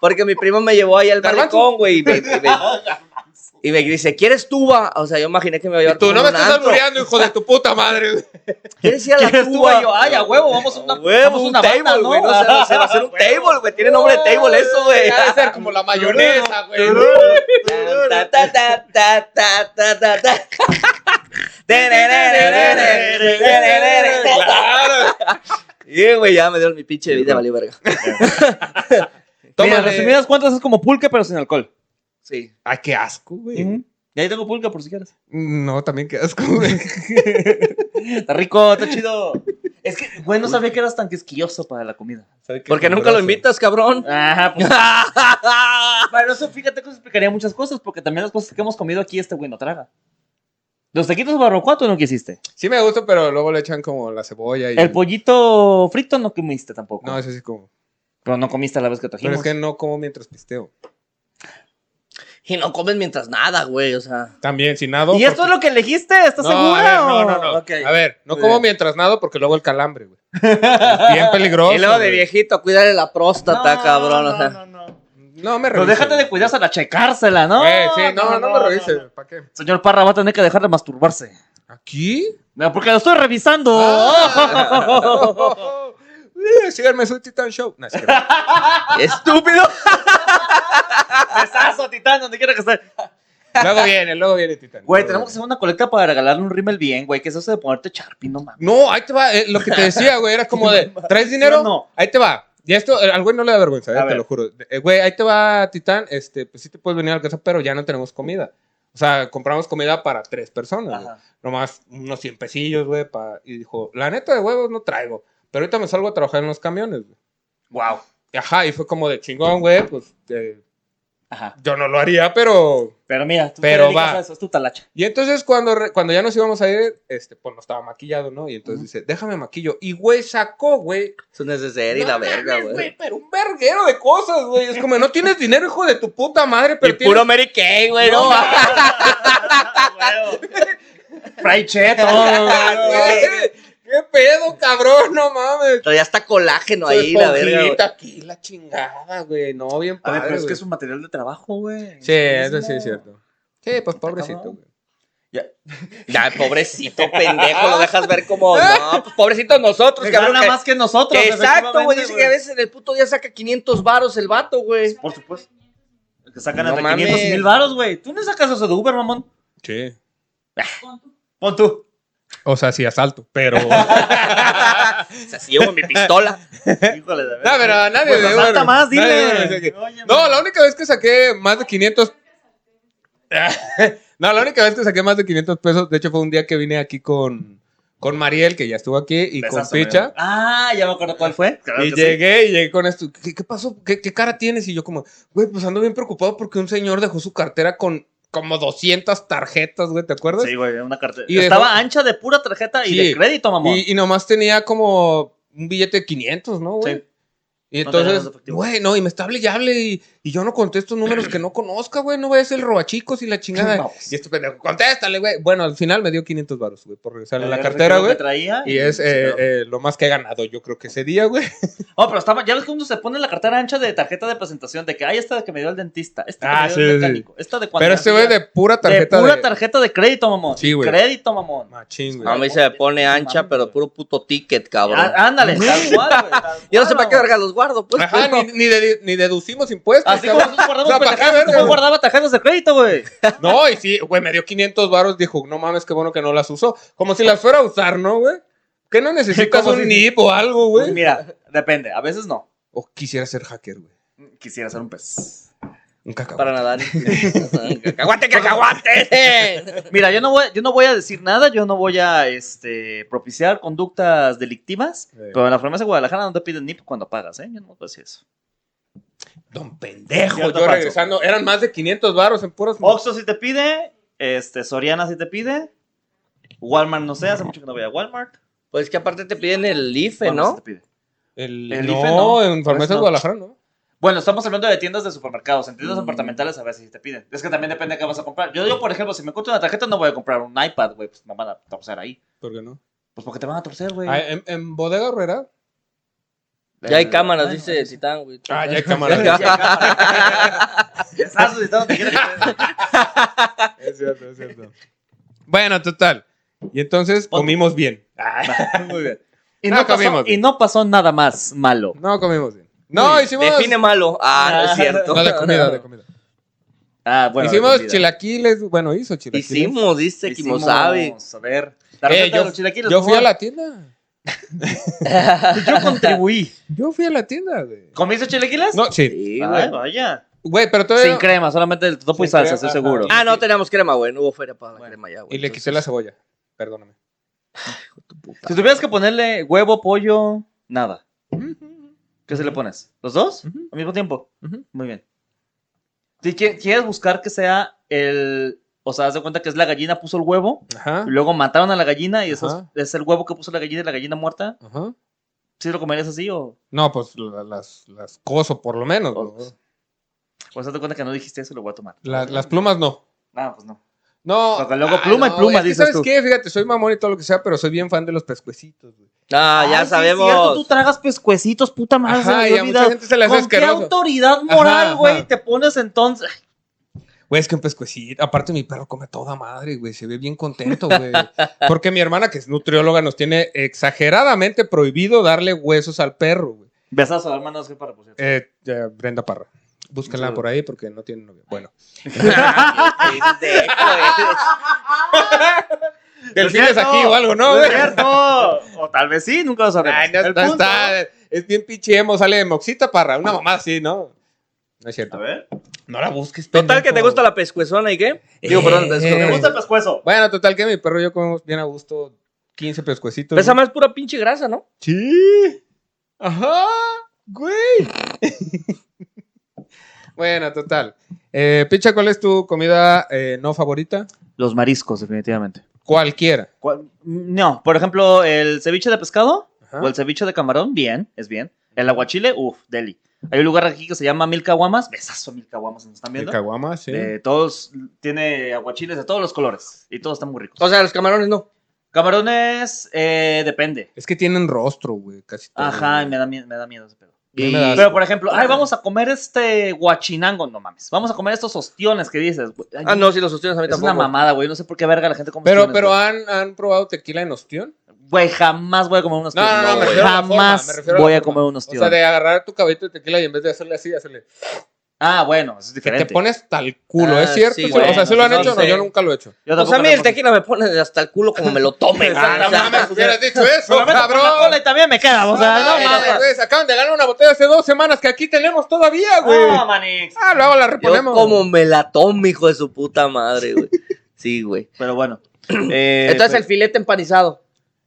Porque mi primo me llevó ahí al
Garbanzo.
balcón, güey. Y me, y me- y me dice, ¿quieres tuba? O sea, yo imaginé que me iba
Y
a llevar
tú
como
no me
un
estás
antro.
albureando, hijo de tu puta madre. güey.
¿Quieres ir a la
¿Quieres
tuba?
tuba? Yo, ay, a huevo, vamos a una- vamos a
un
una
table,
banda, ¿no?
güey. No sé, no sé, va a ser un table, güey. Tiene nombre de table eso, güey.
Ha de ser como la mayonesa, güey.
Ta, ta, ta, ta, ta, ta, ta, ta.
Claro.
Y, güey, ya me dieron mi pinche vida, valió verga.
Toma,
Mira,
resumidas cuentas es como pulque, pero sin alcohol.
Sí.
Ay, qué asco, güey.
Ujú. Y ahí tengo pulque por si quieres.
No, también qué asco, güey.
Está rico, está chido. Es que, güey, no sabía que eras tan quisquilloso para la comida.
Porque nunca lo
invitas
invitas, cabrón.
Ajá, pues.
(laughs)
Pero eso, fíjate que eso explicaría muchas cosas, porque también las cosas que hemos comido aquí, este güey no traga. Los taquitos de barbacoa tú no quisiste.
Sí me gusta, pero luego le echan como la cebolla y...
El pollito frito no comiste tampoco.
No, eso sí como.
Pero no comiste a la vez que
Pero
trajimos.
es que no como mientras pisteo.
Y no comes mientras nada, güey, o sea.
También, sin nado.
¿Y esto es lo que elegiste? ¿Estás
No,
segura?
a ver, no,
o-
no, no.
Ok.
A ver, no
Muy
como
bien.
mientras nado porque luego el calambre, güey. Es bien peligroso.
Y luego de
güey.
viejito, cuídale la próstata,
No,
cabrón,
no,
o sea.
no, no.
No me
Pero
revises.
déjate de cuidarse para checársela, ¿no?
Eh, sí, no, no, me revises.
no.
¿Para qué?
Señor Parra va a tener que dejar de masturbarse.
¿Aquí?
No, porque lo estoy revisando. (laughs)
Ah. (laughs) Eh, Síganme, soy Titan Show. No, es cierto.
¡Estúpido!
Besazo, titán, donde quiera que esté.
luego viene, luego viene Titan.
Güey,
Luego
tenemos que
viene.
hacer una colecta para regalarle un rímel bien, güey. Que es eso de ponerte charpi, no mames.
(laughs) No, ahí te va. eh, lo que te decía, güey, era como
(laughs)
de, ¿traes dinero?
No, no.
Ahí te va. Y esto, eh, al güey no le da vergüenza, eh,
A
te
ver.
lo juro. Eh, güey, ahí te va, Titán. Este, pues sí te puedes venir a la casa, pero ya no tenemos comida. O sea, compramos comida para tres personas. güey.
Ajá.
Nomás unos 100 pesillos, güey. pa- Y dijo, la neta de huevos no traigo. Pero ahorita me salgo a trabajar en los camiones, güey.
Wow.
Ajá, y fue como de chingón, güey. Pues eh,
Ajá.
yo no lo haría, pero.
Pero mira, tú
Pero
te dedicas
va.
a eso, es tu talacha.
Y entonces cuando, re- cuando ya nos íbamos a ir, este, pues no estaba maquillado, ¿no? Y entonces
Ujú.
dice, déjame maquillo. Y güey, sacó, güey,
Es un neceser y la verga,
mames,
güey.
Pero un verguero de cosas, güey. Es como, no tienes dinero, hijo de tu puta madre,
Y
pero tienes...
puro Mary Kay, güey, no.
Fray (laughs) cheto.
Güey, ¿Qué pedo, cabrón? No mames.
Traía hasta colágeno ahí,
Su
la verga, güey.
esponjita aquí, la chingada, güey. No, bien
A
padre,
ver, pero Ah, es que
güey.
es un material de trabajo, güey.
Sí, eso sí
Mismo.
es cierto. Sí, pues pobrecito,
cabrón.
güey.
Ya, pobrecito pendejo, lo dejas ver como. No, pues pobrecito nosotros,
Que
cabrón.
gana
que-
más que nosotros.
Exacto, güey.
efectivamente,
Dice que a veces en el puto día saca 500 varos el vato, güey.
Por supuesto. Que sacan
No
hasta
mames.
500 mil baros, güey. Tú no sacas eso de Uber, mamón.
Sí.
Pon tú.
O sea, sí, asalto,
(laughs)
pero... no,
O sea, si llevo mi pistola. (laughs)
Híjole, de verdad.
pero a nadie
Pues
de
asalta
Uber-
más,
nadie de Uber
dile.
decía que-
Oye,
No,
man.
la única vez que saqué más de 500... (laughs) no, la única vez que saqué más de 500 pesos, de hecho, fue un día que vine aquí con, con Mariel, que ya estuvo aquí, y con
Besazo,
Picha.
Mariel. Ah, ya me acuerdo cuál fue. Claro
y
que sí.
llegué y llegué con esto. ¿Qué, qué pasó? ¿Qué, qué cara tienes? Y yo como, güey, pues ando bien preocupado porque un señor dejó su cartera con como 200 tarjetas, güey, ¿te acuerdas?
Sí, güey, una cartera.
Y
Estaba
dejó-
ancha de pura tarjeta y
Sí.
de crédito, mamón.
y, y nomás tenía como un billete de 500, ¿no, güey?
Sí.
Y
No tenía
entonces,
nada de efectivo.
güey, no, y me está hable y hable y, y yo no contesto números que no conozca, güey, no voy a ser el robachicos y la chingada.
Vamos.
y este pendejo, contéstale, güey. Bueno, al final me dio 500 baros, güey, por regresarle la
El
cartera,
efectivo Eh, que
güey.
traía
Y es
se
eh,
quedó.
eh, lo más que he ganado, yo creo que ese día, güey.
Oh, pero estaba, ya ves que uno se pone la cartera ancha de tarjeta de presentación, de que, ay, esta que me dio el dentista, esta que
Ah,
me
sí,
dio
sí,
el mecánico, esta de cuando
Pero este güey de pura tarjeta.
pura
de-
tarjeta de crédito, mamón.
Sí, güey.
Crédito, mamón.
Machín, güey.
A mí se Ah, me pone ancha, pero puro puto ticket, cabrón.
Á- Ah, Ándale, tal cual, güey.
(laughs)
tal
Yo no sé para qué
cual.
verga los guardo, pues.
Ajá,
pero-
ni, ni dedu- ni deducimos impuestos.
Así como
cabrón.
nosotros
(laughs) O sea,
guardamos
¿para qué
pendejadas,
verga,
como
güey?
guardaba tarjetas de crédito,
(laughs)
güey.
No, y sí, güey, me dio 500 baros. Dijo, no mames, qué bueno que no las usó. Como si las fuera a usar, ¿no, güey? Que no necesitas
Como
un
si-
NIP o algo,
Pues
güey.
mira, depende, a veces no.
O quisiera ser hacker, güey.
Quisiera ser un pez.
Un cacahuate.
(laughs) Para nadar. ¡Cacahuate, cacahuate!
Mira, yo no voy, yo no voy a decir nada, yo no voy a este, propiciar conductas delictivas,
Eh,
pero en la farmacia de Guadalajara no te piden NIP cuando pagas, ¿eh? Yo no puedo decir eso.
Don pendejo.
Cierto,
yo
falso.
regresando, eran más de 500 baros en puras.
Oxxo sí te pide, este, Soriana sí te pide, Walmart no sé, hace mucho que no voy a Walmart.
Pues que aparte te piden el IFE,
Walmart sí
¿no?
te pide.
El,
el
no,
IFE no.
en Farmacias
Pues no.
Guadalajara, ¿no?
Bueno, estamos hablando de tiendas de supermercados. En tiendas departamentales a veces sí te piden. Es que también depende de qué vas a comprar. Yo digo, por ejemplo, si me encuentro una tarjeta, no voy a comprar un iPad, güey. Pues me van a torcer ahí.
¿Por qué no?
Pues porque te van a torcer, güey.
Ah, en, en Bodega Herrera.
Ya hay cámaras, dice Citán, güey.
Ah, ya hay
(laughs)
cámaras.
Estás solicitando que quieres que te-
es cierto, es cierto. Bueno, total. Y entonces comimos bien.
Muy bien. (laughs) Y
No
no, pasó,
Ah, comimos.
y no pasó nada más malo.
No comimos bien. No, hicimos.
Define malo. Ah, no es cierto.
No, de comida, de comida.
Ah, bueno.
hicimos
comida.
chilaquiles. Bueno, hizo chilaquiles.
Hicimos, dice Kimo
Hicimos-
sabe.
A ver. La
Eh,
receta de
yo,
los chilaquiles,
yo
por
fui a
favor.
la tienda.
(laughs) Yo
(laughs)
contribuí.
Yo fui a la tienda. güey.
¿Comiste chilaquiles?
No, sí.
Sí,
Ay,
güey.
vaya.
Güey, pero todavía.
Sin crema, solamente el topo y
Sin
salsa,
crema,
estoy
ajá.
seguro.
Ah, no tenemos crema, güey. No hubo feria para la crema ya, güey.
y le quité la cebolla. Perdóname.
Si tuvieras que ponerle huevo, pollo, nada. ¿Qué se le pones? ¿Los dos?
Ujú.
¿Al mismo tiempo?
Ujú.
Muy bien. Si qui- quieres buscar que sea el... O sea, haz de cuenta que es la gallina puso el huevo,
Ajá.
y luego mataron a la gallina y eso es-
Ajá.
es, el huevo que puso la gallina y la gallina muerta.
Ajá.
¿Sí lo comerías así o...?
No, pues la- las, las coso, por lo menos.
O-
¿no?
O sea, Pues, haz de cuenta que no dijiste eso, lo voy a tomar.
La- las plumas no.
No, pues no.
No. Ah,
Porque luego pluma y
no,
pluma,
es que
dices
¿Sabes
tú.
qué? Fíjate, soy mamón y todo lo que sea, pero soy bien fan de los pescuecitos, güey.
Ah, ya
Ay, sí,
sabemos.
es cierto, tú tragas pescuecitos, puta madre. se me
Ajá,
había
y a
olvidado.
mucha gente se le hace
¿Con qué
asqueroso.
autoridad
Ajá,
moral,
ajá.
güey, te pones entonces?
Güey, es que un pescuecito. Aparte, mi perro come toda madre, güey. Se ve bien contento, güey. Porque mi hermana, que es nutrióloga, nos tiene exageradamente prohibido darle huesos al perro, güey.
Besazo a la hermana de Oscar Parra, por cierto.
Eh, eh, Brenda Parra. Búsquenla por ahí porque no tiene novio. Bueno. Delfines
cierto.
aquí o algo, ¿no?
No es
güey?
cierto. O tal vez sí, nunca lo sabremos.
Ay, no,
El
no
punto-
está. Es bien pinche emo, sale de Moxita Parra. Una mamá así, ¿no? No
A
es cierto.
ver.
No la busques.
Total, que te
pendejo.
gusta la pescuezona y qué? Digo, perdón, la
Me
Eh.
pescuezona.
gusta el pescuezo.
Bueno, total que mi perro y yo comemos bien a gusto 15 pescuecitos.
Esa
güey.
más pura pinche grasa, ¿no?
Sí. Ajá. Güey. (laughs) bueno, total. Eh, Picha, ¿cuál es tu comida eh, no favorita?
Los mariscos, definitivamente.
Cualquiera.
¿Cuál? No, por ejemplo, el ceviche de pescado
Ajá.
o el ceviche de camarón, bien, es bien. El aguachile, uff, deli. Hay un lugar aquí que se llama Mil Caguamas. Besazo, a Mil Caguamas, ¿nos están
El
viendo?
caguama, sí.
De todos, tiene aguachiles de todos los colores y todos están muy ricos.
O sea, los camarones no.
Camarones, eh, depende.
Es que tienen rostro, güey, casi todo.
Ajá, y me da, mie- me da miedo ese pedo.
A mí me da asco.
Pero, por ejemplo, ay, vamos a comer este guachinango, no mames. Vamos a comer estos ostiones que dices. güey. Ay,
Ah, no, si los sostienes a mí
Es
tampoco.
una mamada, güey. No sé por qué verga la gente come
Pero,
ostiones,
pero
güey.
¿han, ¿han probado tequila en ostión?
Güey, jamás voy a comer unos
No, no, no, me refiero a la forma,
Jamás
me refiero a la
voy a
forma.
comer unos
O
tíos.
sea, de agarrar tu caballito de tequila y en vez de hacerle así, hacerle.
Ah, bueno, eso es
Que
diferente.
te pones tal culo,
Ah,
¿es cierto?
sí,
Sí,
bueno,
o sea, ¿sí lo han
no
hecho? No,
sé.
yo nunca lo he hecho.
Yo tampoco
O sea, Pues a mí el
tampoco-
tequila me pone hasta el culo como me lo tome. güey.
(laughs) Ah,
O sea,
mames,
hubieras dicho eso,
Por lo menos con la cola y también me queda, o sea, no,
mames,
mames.
güey, se acaban de ganar una botella hace dos semanas que aquí tenemos todavía, güey.
No, manix.
Ah, luego la
Yo
reponemos.
como me la tomo, hijo de su puta madre, güey. Sí, güey.
Pero bueno. Eh,
(laughs) Entonces
pero-
el filete empanizado.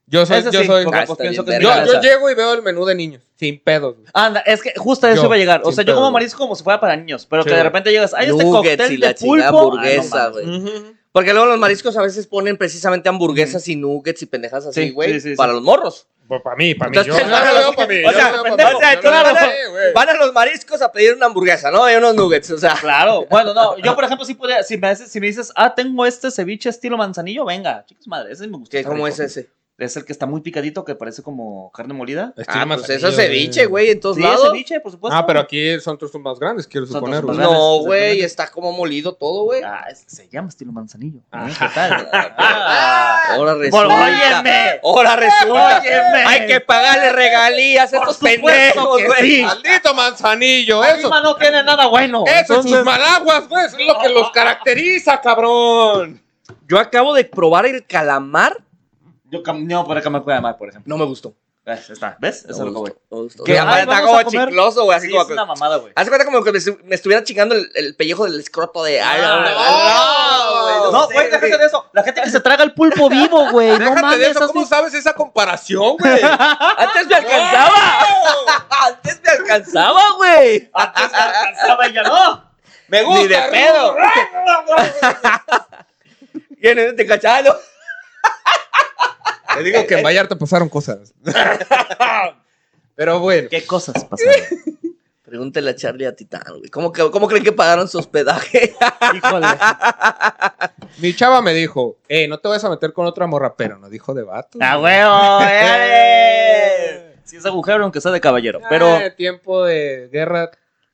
Yo soy,
Ese
yo
sí,
soy.
porque,
Ah,
pues,
está
pienso
bien,
que es
Yo,
mi
verga.
yo
casa.
llego y veo el menú de niños, sin pedos. güey.
Anda, es que justo a eso
Yo,
iba a llegar. O
sin
sea, yo
pedo.
como marisco como si fuera para niños, pero
Sí,
que de
güey.
repente llegas, hay este
Nuggets
cóctel
y
de pulpo.
la chingada
Ay, no
hamburguesa,
mames.
güey. Ah, Porque luego los mariscos a veces ponen precisamente hamburguesas y nuggets y pendejas así,
Sí,
güey,
sí, sí, sí.
para los morros.
Pues para mí, para
Entonces,
(laughs) Yo- yo
no, no,
lo
no,
veo pa' mí, yo
o sea,
lo veo pa'
pendejo,
mí,
o sea,
yo
tú
lo veo
van a-
pa' mí, güey.
Van a los mariscos a pedir una hamburguesa, ¿no? Y unos nuggets, o sea.
Claro, bueno, no, yo por ejemplo sí podría, si me, haces- si me dices, ah, tengo este ceviche estilo manzanillo, venga, chicos, madre, ese me gusta.
¿Qué,
está
¿Cómo es
rico.
ese?
Es el que está muy picadito, que parece como carne molida.
Estilo
Ah, pues
manzanillo,
eso es ceviche, güey, en todos
Sí, es
lados.
ceviche, pues, por supuesto.
Ah, pero aquí son trozos más grandes, quiero
Pues Son
suponer.
trozos más
güey.
No,
Exactamente.
güey, está como molido todo, güey.
Ah, es- se llama estilo manzanillo.
Ah.
¿eh? ¿Qué Pues tal? (laughs)
Ahora
Por-
resulta.
óyeme.
Ahora resulta.
Óyeme.
Hay que pagarle regalías a
Por
estos
supuesto
pendejos,
que
güey.
sí.
Maldito manzanillo, eso.
Encima no tiene nada bueno.
Eso es
entonces-
sus malaguas, güey. Eso es lo que los caracteriza, cabrón.
Yo acabo de probar el calamar.
Yo cam- no, por acá me puede llamar, por ejemplo.
No me gustó.
Ahí Ah, está, ¿ves? Eso es lo que voy.
Que
Ay,
aparte está
vamos
como
a comer.
chicloso, güey. Así
Sí,
como
es
que.
una mamada, güey.
Haz de cuenta como que me, estu- me estuviera chingando el, el pellejo del escroto de. Ay,
Ah,
ay,
no,
ay,
no,
No,
sé,
güey, déjate
güey.
de eso. La gente que se traga el pulpo vivo, güey. No
Déjate
mames,
de eso.
¿has
¿Cómo
visto?
sabes esa comparación, güey?
Antes me alcanzaba. (laughs) Antes me alcanzaba, güey.
Antes me alcanzaba y ya no.
Me gusta.
Ni de
Rudo.
pedo. (laughs) ¿Quién te cachalo?
Te digo que en (laughs) Vallarta pasaron cosas. Pero bueno.
¿Qué cosas pasaron?
Pregúntale a Charlie a Titán, güey. ¿Cómo, que- ¿Cómo creen que pagaron su hospedaje?
(laughs) Híjole.
Mi chava me dijo, eh, no te vayas a meter con otra morra, pero no dijo de vato.
¡A (laughs) huevo! ¡Eh! Si es agujero, aunque sea de caballero. Pero,
Ah, tiempo de guerra. eh.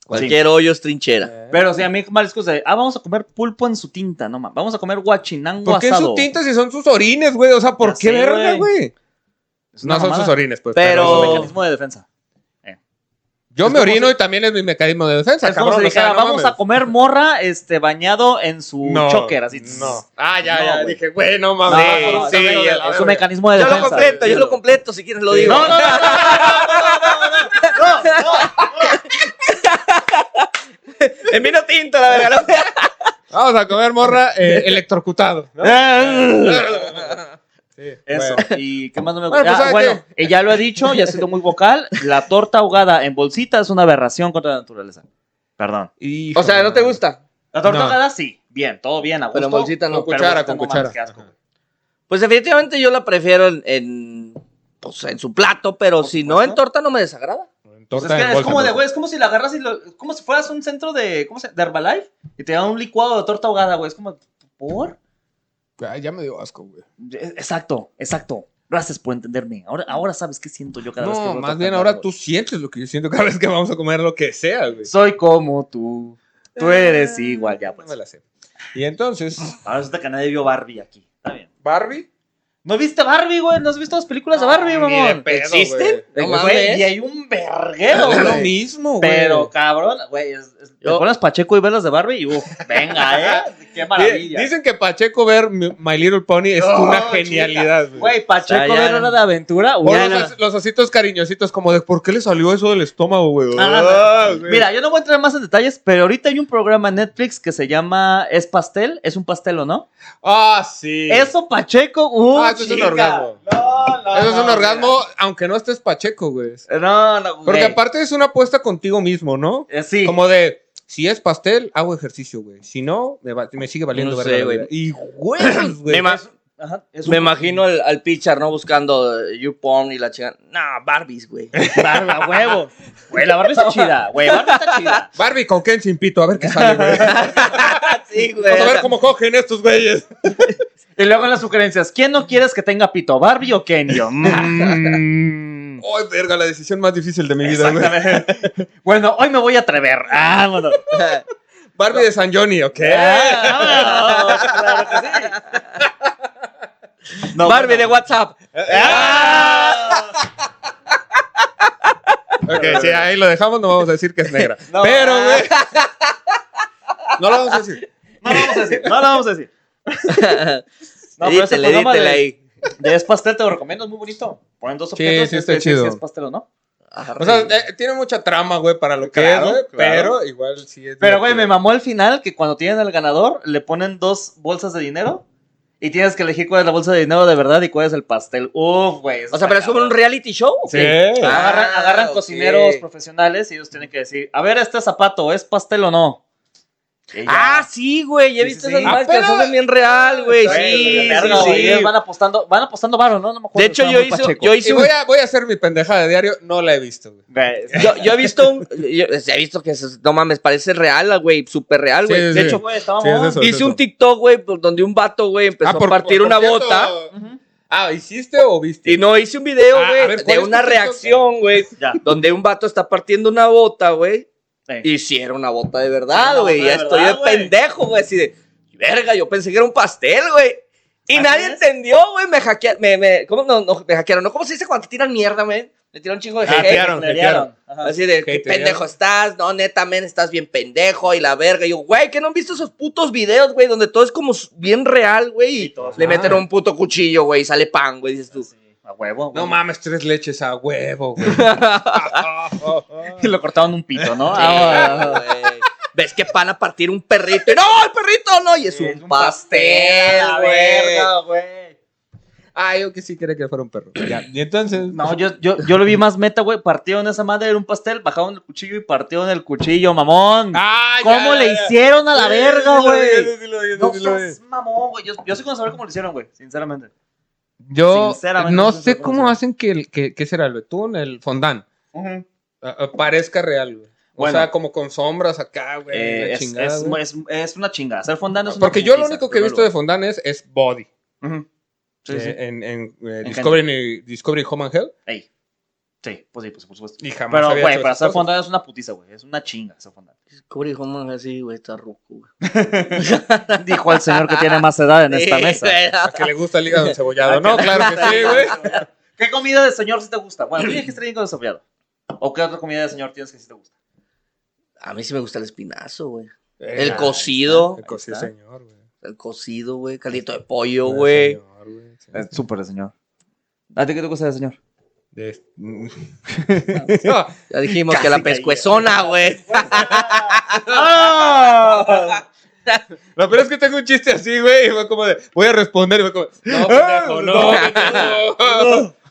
Cualquier hoyo es trinchera.
pero si a mí mariscos de, ah, vamos a comer pulpo en su tinta, no mames. Vamos a comer guachinango
¿Por qué en
asado.
sus tintas si son sus orines, güey? O sea, ¿por
Ya
qué
sé,
verga,
güey.
güey?
Es una
No son
mamada.
sus orines, pues.
Es
Pero-
un
pero-
mecanismo de defensa.
yo
es
me
como
orino
si-
y también es mi mecanismo de defensa,
Es como
cabrón.
si
o sea,
dijera,
no
vamos
mames.
a comer morra este, bañado en su choker, así.
No. Ah, ya,
No,
ya.
güey.
Dije, güey, no
No,
mames.
no, no,
sí,
es un-
ya la
es
verga.
un mecanismo de
Yo lo (laughs)
defensa.
completo, yo lo completo, si quieres lo digo. (laughs)
No, no, no,
En vino tinto, la verdad.
Vamos a comer morra eh, electrocutado. ¿no? Sí,
Eso.
bueno.
¿Y qué más no me
Bueno,
gusta?
pues,
Ah,
¿sabe
bueno, eh, ya lo he dicho, ya he sido muy vocal. La torta ahogada en bolsita es una aberración contra la naturaleza. Perdón.
O sea, ¿no te gusta?
La torta
No.
ahogada sí, bien, todo bien, a gusto.
Pero en bolsita no.
pero
Cuchara,
bolsita
con
no mames,
cuchara.
qué asco.
Pues definitivamente yo la prefiero en, en, pues, en su plato, pero si no en torta no me desagrada.
Pues
Torta
es, que
en
es
bolsa,
como de,
¿no?
güey, es como si la agarras y lo, es como si fueras a un centro de, ¿cómo se? De Herbalife y te dan un licuado de torta ahogada, güey. Es como, ¿por?
Ay, ya me dio asco, güey.
Eh, Exacto, exacto. Gracias por entenderme. Ahora, ahora sabes qué siento yo cada vez que
No,
veo
más
torta
bien
ahogada,
ahora tú
güey.
sientes lo que yo siento cada vez que vamos a comer lo que sea, güey.
Soy como tú. Tú eres
Ah.
igual, ya pues.
No me la sé. Y entonces,
Ahora resulta que nadie vio Barbie aquí. Está bien.
Barbie.
¿No viste Barbie, güey? ¿No has visto las películas de Barbie,
Ni de
mamón?
pedo,
¿Existen?
güey.
No
No
güey,
mames.
y hay un verguero,
(laughs) Es lo
güey.
mismo, güey.
Pero, cabrón, güey, es, es- te
Yo-
pones Pacheco y ves las de Barbie y, uff, (laughs) venga, ¿eh? Qué maravilla.
Di- Dicen que Pacheco ver Mi- My Little Pony es
Oh,
una
chica.
genialidad, güey.
Güey, Pacheco
O sea, ya-
ver Hora de Aventura.
O
uy,
los,
no.
os- los ositos cariñositos, como de ¿por qué le salió eso del estómago, güey?
Ah,
Ah, güey.
Mira, yo no voy a entrar más en detalles, pero ahorita hay un programa en Netflix que se llama Es Pastel, es un pastel o no.
Ah, sí.
Eso, Pacheco, uh,
Ah, eso es un
chica.
orgasmo.
No, no,
Eso es un
no,
orgasmo, aunque no estés Pacheco, güey.
mira. No, no,
Porque
güey.
aparte es una apuesta contigo mismo, ¿no?
Eh, sí.
Como de, si es pastel, hago ejercicio, güey. Si no, me, va- me sigue valiendo
No
verga
sé,
la
güey.
vida. Y
(coughs)
huevos, güey.
Me ma-
Ajá, es
Me
un-
imagino al, al pitcher, ¿no? Buscando eh, YouPorn y la chica. Nah, Barbies, güey.
Barba, huevo. Güey, la (laughs) Barbie está chida, güey. Barbie está chida.
Barbie con Ken sin pito, a ver qué
(laughs)
sale, güey. Vamos
(laughs) sí, güey.
a ver cómo cogen estos güeyes.
Y luego en las sugerencias, ¿quién no quieres que tenga pito? ¿Barbie o Ken? Y (laughs) yo, mm.
Ay, verga, la decisión más difícil de mi vida, güey.
Exactamente. Bueno, hoy me voy a atrever. Ah, bueno.
(laughs)
Barbie de San Johnny, ¿ok?
Ah, vámonos, claro que sí. No,
Ah, Barbie
bueno. Eh,
de WhatsApp.
Ah.
Ok, sí, ahí lo dejamos, no vamos a decir que es (laughs) negra. Pero, güey. ah. (laughs) No lo vamos a decir.
No lo vamos a decir, no lo vamos a
(laughs)
decir. No, pero ese
Dítele,
programa
dítele
de,
ahí.
de Es Pastel te lo recomiendo, es muy bonito. Ponen dos
Sí,
objetos
sí
y
está
este, si-
chido.
si es pastel o no.
O sea, eh, tiene mucha trama, güey, para lo que
Claro,
es, güey.
claro.
Pero igual sí es.
Pero, güey, me
divertido.
mamó al final que cuando tienen al ganador le ponen dos bolsas de dinero y tienes que elegir cuál es la bolsa de dinero de verdad y cuál es el pastel. Uf, güey. eso
O sea, pero es
está
como un
cabrón.
reality show. ¿o qué?
Sí.
Ah,
Agarran, agarran
ok.
cocineros profesionales y ellos tienen que decir, a ver, este zapato, ¿es pastel o no? Y ya.
Ah, sí, güey. He
Sí,
visto
sí, sí.
esas
Ah,
marcas.
pero-
Son bien real, güey. Sí,
verga,
sí,
güey,
sí.
ellos Van apostando, van apostando varo, ¿no? No me acuerdo,
De hecho,
estaba
yo
muy
hice,
pacheco.
yo
Y
hice un
voy a, voy a hacer mi pendejada de diario, no la he visto, güey.
Güey,
Yo, yo he visto un. Yo, he visto que. se- No mames, parece real, güey. Súper real, güey.
Sí,
de
sí.
hecho,
güey, estaba
Sí, es
mamón.
eso.
hice un TikTok, güey, por donde un vato, güey, empezó
Ah, por-
a partir
por-
una
por cierto,
bota.
Ah, ¿hiciste o viste?
Y no, hice un video,
Ah, a
güey,
ver, ¿cuál
de
es tu
una
TikTok?
reacción, güey.
Ya.
Donde un vato está partiendo una bota, güey.
Eh.
Y si era una bota de
Era una
verdad, güey.
bota
Ya
de
estoy
verdad,
de
güey.
pendejo, güey. Así de. Verga, yo pensé que era un pastel, güey. Y
¿Así
nadie
es?
entendió, güey. Me hackearon. Me, me- ¿Cómo no, no? Me hackearon. ¿No? ¿Cómo se dice cuando te tiran mierda, güey? Me tiraron un chingo de hate.
Ah, Hackearon.
Clarearon. Ajá.
Así de, qué
Hater, ya.
pendejo estás, no, neta, men, estás bien pendejo y la verga. Y yo, güey, ¿qué no han visto esos putos videos, güey? Donde todo es como s- bien real, güey.
Y
Y
todos
le
mal.
meten un puto cuchillo, güey, y sale pan, güey, dices tú.
Sí, A huevo. a
No
huevo.
mames, tres leches a huevo, (laughs) güey.
Y (laughs) lo cortaron un pito,
(laughs)
¿no?
Sí,
Ah,
güey. Ves que van a partir un perrito y no, el perrito no, y es, un, pastel,
a
güey.
verga, güey.
ah, yo que sí quería que fuera un perro. Ya. Y entonces.
No, yo, yo, yo lo vi más meta, güey. Partieron esa madre, era un pastel, bajaron el cuchillo y partieron el cuchillo, mamón.
Ah, ya,
¿Cómo
ya,
le
ya.
hicieron a la
Sí,
verga,
sí lo vi,
güey?
sí lo vi, sí
No
lo vi.
seas mamón, güey. Yo, yo sí quiero saber cómo lo hicieron, güey, sinceramente.
Yo
Sinceramente,
no
no
sé
sé cómo
cómo
se- Eh,
hacen que, el- que, que será el betún, el fondant,
Ujú.
a- a- parezca real, güey.
Bueno.
o sea, como con sombras acá, güey.
Eh,
la
es,
chingada,
es-
güey.
es- es una chingada. Hacer fondant es una
Porque yo lo
putiza,
único que he
desde
visto de Fondant es, es Body.
luego. Ujú. Sí,
eh,
sí.
En, en, eh,
En
Discovery, Discovery Home and Hell.
Ey. Sí, pues sí, pues, por supuesto.
Y jamás
Pero,
había
güey,
hecho
para
esas
hacer
cosas.
fondant es una putiza, güey. Es una chinga hacer fondant.
Descubrí cómo es así, güey, está ruco, güey.
(laughs) Dijo el señor que tiene más edad en esta
Sí,
mesa.
Al que le gusta
(laughs)
el hígado
Ah,
encebollado. No,
que-
claro que sí, güey.
(laughs) ¿Qué comida de señor si te gusta? Bueno, tú dijiste bien con desarrollado. ¿O qué otra comida de señor tienes que sí te gusta?
A mí sí me gusta el espinazo, güey.
Eh,
El
ahí
cocido,
El cocido,
Ahí está.
señor, güey.
el cocido, güey, caldito de pollo, güey.
Señor, Ah, güey, sí.
súper de señor. ¿A ti qué te gusta de señor?
De- este, mm, No,
Ya dijimos
Casi
que
caía.
la pescuezona, güey.
(laughs)
Lo peor es que tengo un chiste así, güey. Y fue como de, voy a responder. Y fue como, no, pendejo, no, no, no. (laughs)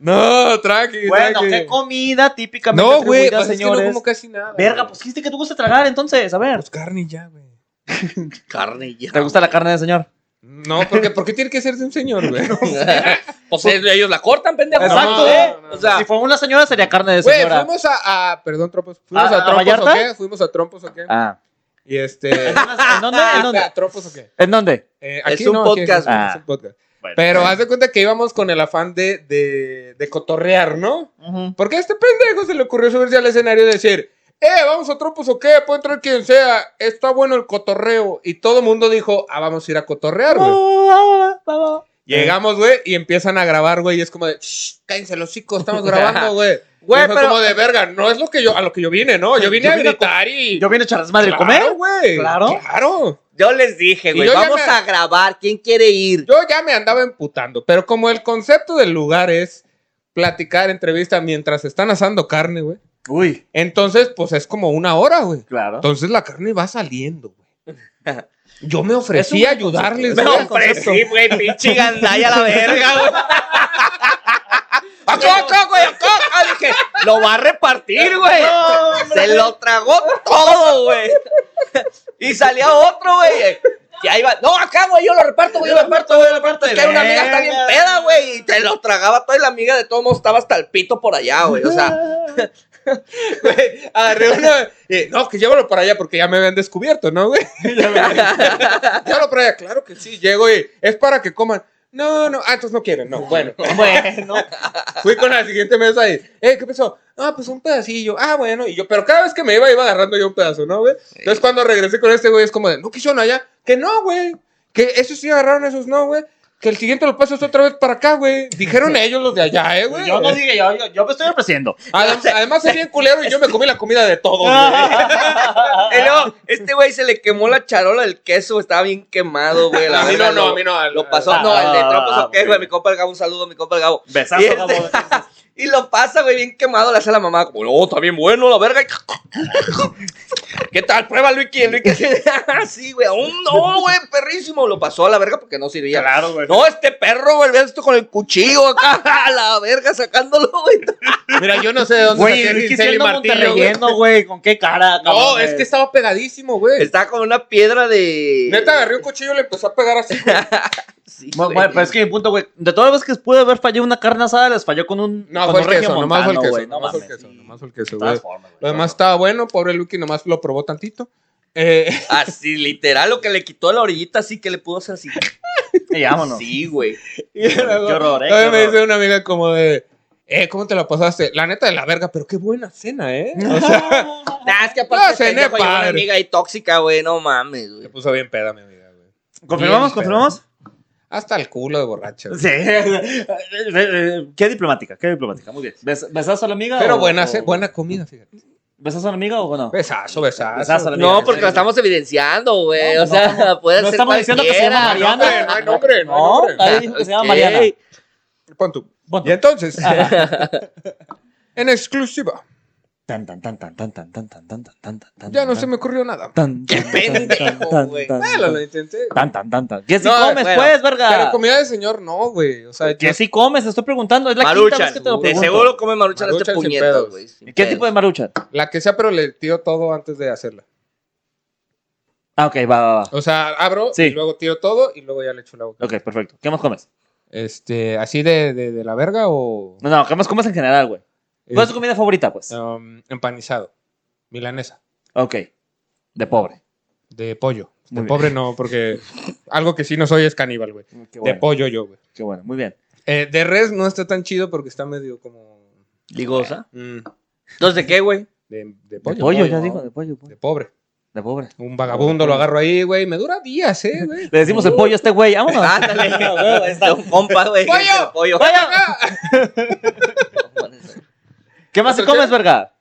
No, tranqui,
Bueno,
tranqui.
¿qué comida típicamente
No, güey,
atribuida a
pues es que no
señores?
como casi nada.
Verga,
güey.
pues ¿qué dijiste que te gusta tragar entonces? A ver.
Pues carne y ya, güey.
Carne ya.
¿Te gusta la carne de señor?
No, porque ¿por qué tiene que ser de un señor, (laughs) güey?
(laughs) O sea,
pues,
ellos la cortan, pendejo.
Exacto. ¿eh?
no, no,
O sea, si fue una señora, sería carne de
Güey,
señora.
fuimos a, a- perdón, trompos. Fuimos
¿A-
a,
a
trompos
Vallarta?
o qué? Fuimos a trompos o qué?
Ah. (laughs)
Y este
¿En dónde? ¿En (laughs) dónde?
¿A trompos o qué?
¿En dónde?
Eh,
Es un
aquí es,
podcast,
un-
güey.
es un podcast.
Bueno.
Pero haz de cuenta que íbamos con el afán de, de, de cotorrear, ¿no?
Ujú.
Porque a este pendejo se le ocurrió subirse al escenario y decir, eh, vamos a trompos o qué, puede entrar quien sea, está bueno el cotorreo. Y todo el mundo dijo, ah, vamos a ir a cotorrear, güey.
Ah,
Llegamos, güey, y empiezan a grabar, güey, y es como de, "Shh, cállense los chicos,
(laughs)
estamos grabando, güey.
Güey,
Güey, pero...
pero-
como de verga, no es lo que yo, a lo que yo vine, ¿no? Yo vine
Yo
a
vine a
gritar y...
Yo vine a echarles madre y
Claro,
comer.
güey.
Claro.
Claro.
Yo les dije,
Y
güey,
yo ya
vamos
me-
a grabar. ¿Quién quiere ir?
Yo ya me andaba emputando, pero como el concepto del lugar es platicar entrevista mientras están asando carne, güey.
Uy,
Entonces, pues es como una hora, güey.
claro.
Entonces la carne va saliendo, güey.
(laughs)
Yo me ofrecí
Es un
a ayudarles,
concepto,
güey.
es un concepto.
Sí, güey, pinche gandalla a la verga, güey. ¡Acá, acá, güey! ¡Acá, acá! Dije, lo va a repartir, güey. Se lo tragó todo, güey. Y salía otro, güey. Y ahí va. No, acá, güey, yo lo reparto, güey, yo lo reparto, güey, yo lo reparto. Es que una amiga está bien peda, güey. Y te lo tragaba todo y la amiga de todos modos estaba hasta el pito por allá, güey. O sea,
Güey, agarré uno. eh, no, que llévalo para allá porque ya me habían descubierto,
(laughs)
¿no, güey? (laughs) llévalo para allá, claro que sí. Llego y es para que coman. No, no, ah, entonces no quieren, no. Bueno,
(laughs) Bueno,
fui con la siguiente mesa y, eh, ¿qué pasó? Ah, pues un pedacillo. Ah, bueno, y yo, pero cada vez que me iba, iba agarrando yo un pedazo, ¿no, güey? Entonces cuando regresé con este güey es como de, no quisieron allá. Que no, güey. Que esos sí agarraron, esos no, güey. Que el siguiente lo pasas otra vez para acá, güey. Dijeron ellos los de allá, eh, güey.
yo no dije, yo, yo, yo me estoy ofreciendo.
Adem- además es bien culero y yo me comí la comida de todos, güey.
Y luego, este güey se le quemó la charola del queso, estaba bien quemado, güey. la
A mí no,
verga,
no,
lo-
a mí no, al-
Lo pasó,
ah,
no, el de trompos
ah,
o qué, güey,
ok.
mi compa el Gabo, un saludo, mi compa el Gabo.
Besazo,
Y este-
(laughs) Gabo.
Y lo pasa, güey, bien quemado, le hace a la mamá, como, no, está bien bueno, la verga. (laughs) ¿Qué tal? Prueba, Luiki. El Luiki (laughs) así, "Ah, sí, güey, aún no, güey, perrísimo. Lo pasó a la verga porque no servía.
Claro, güey.
No, este perro, güey, ve esto con el cuchillo acá, (laughs) a la verga, sacándolo, güey.
(laughs) Mira, yo no sé de dónde
Güey,
saqué el
es que
pincel y
siendo
martillo, güey.
monterrelleno, güey, ¿con qué cara?
No,
cabrón,
es que estaba pegadísimo, güey.
Está con una piedra de.
Neta, agarré un cuchillo y le empezó a pegar así. güey.
Sí,
Bueno,
güey.
bueno, pues, pero es que mi punto, güey, de todas las veces que pude haber fallado una carne asada, les falló con un.
No,
con
fue
un
el
regio
queso, nomás fue el
montano,
queso,
güey, no
nomás fue el
mames.
queso, nomás fue el queso,
De todas
güey.
formas, güey,
Lo demás
claro.
estaba bueno, pobre Lucky nomás lo probó tantito. Eh, (laughs)
Así, literal, lo que le quitó la orillita, así que le pudo hacer (laughs) así.
Y vámonos.
Sí, güey.
y luego,
Qué horror, eh,
todavía
qué
me
horror.
dice una amiga como de, eh, ¿cómo te la pasaste? La neta de la verga, pero qué buena
(laughs)
cena, ¿eh? O sea, (laughs)
Nah, es que
No,
aparte
cené
pendejo, llevó una
padre.
amiga ahí tóxica, güey, no mames,
se
güey.
puso bien peda mi amiga, güey.
¿Confirmamos?
Bien, (laughs)
¿Confirmamos?
Hasta el culo de borracha. güey.
Sí. (laughs) Eh, qué diplomática, qué diplomática. Muy bien. Bes- ¿Besazo a la amiga?
Pero
o-
buena,
o-
ce- buena comida, fíjate.
¿Besazo a la amiga o no?
Besazo, besazo.
Besazo a la amiga.
No, porque la estamos evidenciando, güey.
No,
o sea,
no,
(laughs) puede
no
ser
estamos diciendo que se llama
cualquiera.
Mariana.
nombre, no hay
No,
nombre, no hay nombre.
nadie dijo que se llama
Ok.
Mariana.
Pon tú.
Pon tú.
Y entonces, en exclusiva,
Tan, tan, tan, tan, tan, tan, tan, tan, tan, tan, tan, tan,
ya no
tan,
se me ocurrió nada.
tan,
Qué
tan, tan,
pendejo,
tan,
güey.
tan,
Bueno, lo intenté.
Tan, tan, tan, tan. ¿Qué si
No,
comes,
bueno,
pues, verga?
Pero comida de señor, no, güey. O sea, yo
¿Qué si comes? Te estoy preguntando. Es la quinta vez
Maruchan,
que te lo
de
pregunto.
seguro come maruchan,
Maruchan
este
sin
puñeto,
pedos.
güey. sin
¿Qué
pedos.
tipo de maruchan?
la que sea, pero le tiro todo antes de hacerla.
Ah, ok, va, va, va.
O sea, abro,
Sí.
y luego tiro todo y luego ya le echo la boca.
Ok, perfecto. ¿Qué más comes?
Este, así de, de, de la verga o.
No, no, ¿qué más comes en general, güey? ¿Cuál es tu comida favorita, pues?
Um, empanizado. Milanesa.
Ok. De pobre.
De pollo.
Muy
De
bien.
pobre no, porque algo que sí no soy es caníbal, güey.
Mm, Qué
De
bueno,
pollo yo, güey.
qué bueno. Muy bien.
Eh, de res no está tan chido porque está medio como...
Ligosa.
mm,
Entonces, ¿de qué, güey?
de, de
De
pollo.
pollo, ya
¿no?
digo, de pollo. pues.
De pobre.
De pobre.
Un vagabundo lo agarro ahí, güey. Me dura días, eh, güey.
Le decimos el pollo a este güey, (laughs) vámonos.
(laughs) Ándale,
Ah,
güey, ahí está un compa, güey. que
¡Pollo!
es el ¡Pollo!
¿Qué más te
¿Por qué?
comes, verga?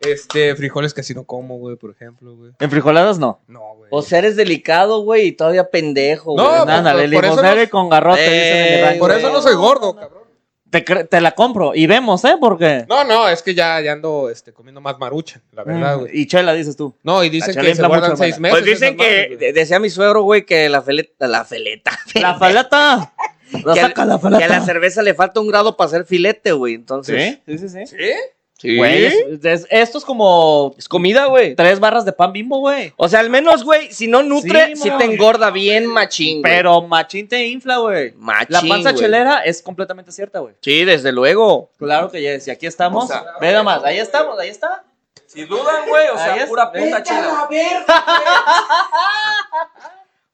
Este, frijoles casi no como, güey, por ejemplo, güey.
En frijoladas no.
No, güey.
O sea, eres delicado, güey, y todavía pendejo,
No,
güey.
pues,
Nada, le
por eso
limonera
no-
y con garrote. dicen en mi
Eh,
rancho.
por eso
güey.
no soy gordo, cabrón.
Te, cre- te la compro y vemos, ¿eh? Porque.
No, no, es que ya, ya ando este, comiendo más marucha, la verdad, güey.
Mm. y chela, dices tú.
No, y dicen
chela
que se
infla
guardan
mucho,
seis
hermana.
meses.
Pues dicen
esas madres,
que,
güey.
de- decía mi suegro, güey, que la feleta, la feleta, (laughs)
¡La faleta! ¡La
que, a-
saca la
que a la
faleta!
cerveza le falta un grado para hacer filete, güey, entonces.
¿Sí? Sí, sí, sí.
¿Sí?
Sí.
Güey, es- es- esto es como
Es comida, güey.
tres barras de pan bimbo, güey.
O sea, al menos, güey, si no nutre,
Sí,
sí,
mamá.
te engorda bien machín, güey.
Pero machín te infla, güey.
Machín,
La panza
güey.
chelera es completamente cierta, güey.
Sí, desde luego.
Claro que ya es. Y aquí estamos.
O sea,
Ve nomás, ahí estamos, ahí está.
Si dudan, güey, o
Ahí
sea,
es-
pura puta
Vete
chela.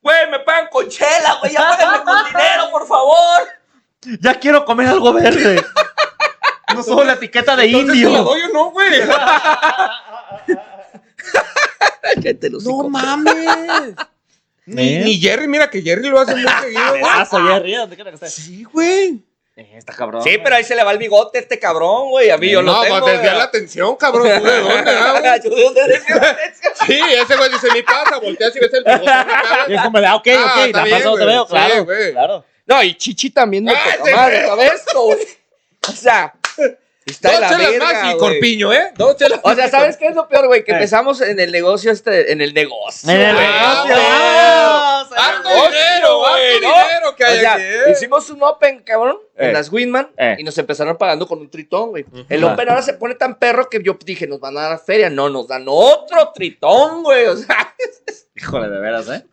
Güey, me pagan con chela, güey, ya páganme con dinero, por favor.
Ya quiero comer algo (laughs) verde. No solo la etiqueta de
Entonces, ¿te la
indio.
doy o no, güey?
Cállate el hocico.
mames. ni,
¿Eh?
(laughs) ni Jerry, mira que Jerry lo hace muy seguido, güey.
Besazo, Jerry, donde quiera que estés.
Sí, güey.
Eh, Está cabrón.
Sí, pero ahí se le va el bigote a este cabrón, güey. A mí yo lo
no,
tengo.
pues
(laughs)
desvía
güey.
la atención, cabrón. ¿Tú de dónde,
(laughs)
ah, güey?
Yo de dónde desvío la atención.
Sí, ese güey dice, mi pasa, volteas y ves el bigotón acá,
Y
güey.
es como de, ah, ok,
Ah,
ok,
está
la
bien,
paso, te
güey.
veo,
Sí,
claro.
güey.
claro.
No, y Chichi también me
Ah,
toca
ese
madre,
güey.
(laughs) ¿sabes esto, güey? O sea, está de
Dos
la
chelas
verga,
más y
güey.
corpiño, ¿eh? Dos chelas
O sea, ¿sabes qué es lo peor, güey? Que
Eh.
empezamos en el negocio este, en el negocio.
En el
güey.
negocio,
Ah,
vamos, en el
¡Harto
negocio.
dinero, harto
güey, ¿no?
dinero que
O
hay
sea,
aquí, eh.
hicimos un open, cabrón,
Eh.
en las Winman,
Eh.
y nos empezaron pagando con un tritón, güey. El
Ajá.
open ahora se pone tan perro que yo dije, nos van a dar feria. No, nos dan otro tritón, güey. O sea,
Híjole, de veras, ¿eh?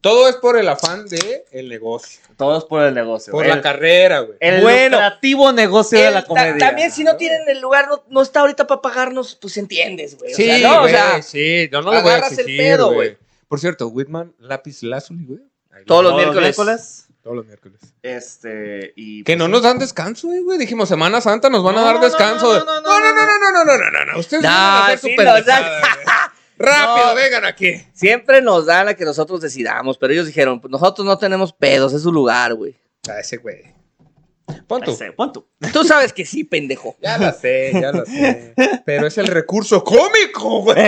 Todo es por el afán de el negocio,
Todos por el negocio.
por
el,
la carrera, güey.
el
Bueno.
lucrativo negocio de
el-
la
ta-
comedia.
también si no tienen el lugar, no, no está ahorita para pagarnos, pues entiendes, güey. O
Sí,
sea, no, o
güey,
sea,
sí, yo no le voy a
agarras el
exigir,
pedo,
güey.
güey.
Por cierto, Whitman, lápiz lazuli, güey. Ahí
Todos
lo-
los miércoles.
todos los miércoles.
Este, y.
Que no nos dan descanso, eh, güey. Dijimos, Semana Santa nos van a
No,
dar
no,
descanso.
no, no, no,
no, no, no, no, no, no, no, no. Ustedes
No,
van a hacer
sí
su
nos dan.
pendejada, güey. Rápido,
No.
vengan aquí.
siempre nos dan la que nosotros decidamos, pero ellos dijeron, pues nosotros no tenemos pedos, es su lugar, güey.
A ese güey. Pon tú.
Ese, pon tú.
Tú sabes que sí, pendejo.
Ya la sé, ya la sé. Pero es el recurso cómico,
(laughs)
güey.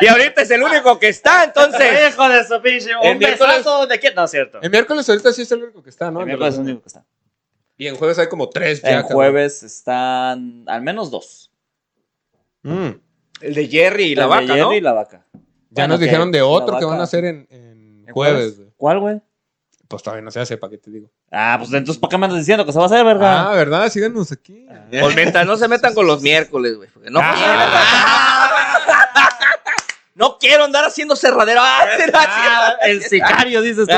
Y ahorita es el único que está, entonces.
(laughs) Hijo de su pinche.
El
Un
miércoles-
besazo donde quiera. No, es cierto.
El miércoles ahorita sí es el único que está, ¿no?
El miércoles es el único que está.
Y en jueves hay como tres ya.
En
cabrón.
jueves están al menos dos.
Mm.
El de Jerry y
El
la
de
vaca,
Jerry
¿no?
y la vaca.
Ya
Bueno,
nos
que
dijeron de
la
otro que
vaca-
van a hacer en, en
en
jueves. güey.
¿Cuál, güey?
Pues todavía no se hace, ¿para qué te digo?
Ah, pues entonces, ¿para qué me andas diciendo que se va a hacer, verdad?
Ah, ¿verdad? Síganos aquí.
Pues mientras no se metan con los miércoles, güey. porque No,
Ah.
quiero. no quiero andar haciendo cerradero. Ah,
Ah, el sicario, dices tú.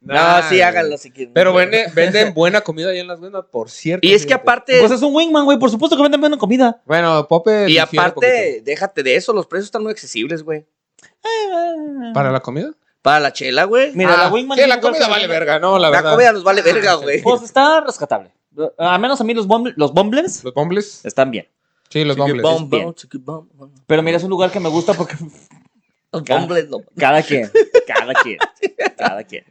no, sí, háganlo si quieren.
Pero vende- venden buena comida ahí en las buenas, por cierto.
Y es que
fíjate.
aparte,
Pues es un wingman, güey. Por supuesto que venden buena comida.
Bueno, Pope.
y
difiere
aparte, déjate de eso, los precios están muy accesibles, güey.
Ah.
poquito. ¿Para la comida?
Para la chela, güey.
Mira,
Ah,
la Wingman.
Sí,
es
la
igual
comida
que
vale verga, no, la
La
verdad. Ah,
comida nos vale verga, güey.
Pues está rescatable. A menos a mí los, bomble- los bombles
¿Los bombles?
están bien.
Sí, los bombles.
Bom,
bien.
bom, chiqui, bom, bom.
Pero mira, es un lugar que me gusta porque (laughs)
Los bombles no.
cada quien, cada quien, cada quien.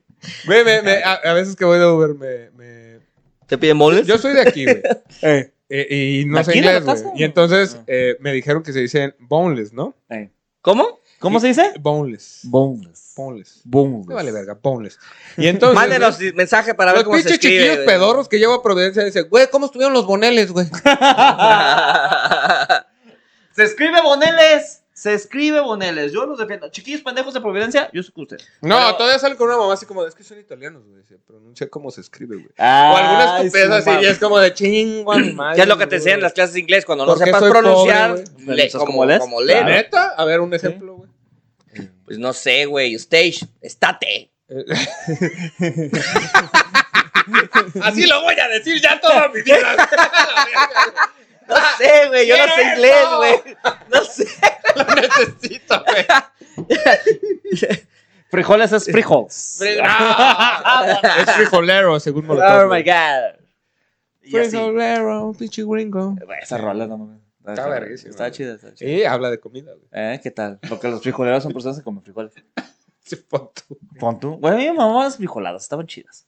Güey, me- me- a, a veces que voy de Uber, me. me-
¿Te piden moles?
Yo soy de aquí,
(laughs)
güey. Eh, y no sé
¿Aquí de la
inglés, güey.
casa?
Y entonces
Ah.
eh, me dijeron que se dicen boneless, ¿no?
Eh.
¿Cómo?
¿Cómo se dice?
Boneless.
Boneless.
Boneless.
Boneless.
Me vale verga, boneless. Y entonces.
Mándenos mensaje para ver
Los
cómo se
pinches
escribe.
chiquillos
güey.
pedorros que llevo a Providencia dicen, güey, ¿cómo estuvieron los boneles,
(laughs)
güey?
(laughs)
Se escribe Boneles. Se escribe Boneles. Yo los defiendo. Chiquillos pendejos de Providencia, yo soy que usted.
No,
Pero-
todavía salen con una mamá así como, de, es que son italianos, güey. Se pronuncia cómo se escribe, güey.
Ah,
o alguna estupidez así, y es como de chingo
(clears throat)
a mi madre.
¿Qué es lo que te
güey".
enseñan en las clases de inglés? Cuando no
¿Por qué
sepas
soy pobre,
pronunciar,
güey?
le-
¿Pronuncias
como,
como lees?
como
¿La
lees,
Claro.
¿no?
neta? A ver, un ejemplo,
(laughs)
güey.
Pues no sé, güey. Stage, estate.
Eh, Así lo voy a decir ya toda mi vida.
No sé, güey, yo no sé
¡Quiero
inglés,
eso!
(laughs) güey. No sé.
lo necesito, güey.
Frijoles es frijoles.
(laughs) es frijolero, según Molotov.
Oh my god. Y así.
Frijolero, pinche gringo.
Güey, Esa rola, no mames.
Está verguísima.
Está chida, está chida.
Sí, habla de comida, güey. (laughs)
¿Eh? ¿Qué tal? Porque los frijoleros son personas que comen frijoles.
Sí, pon tú.
Pon tú. Güey, a mí me mamaban las frijoladas, estaban chidas.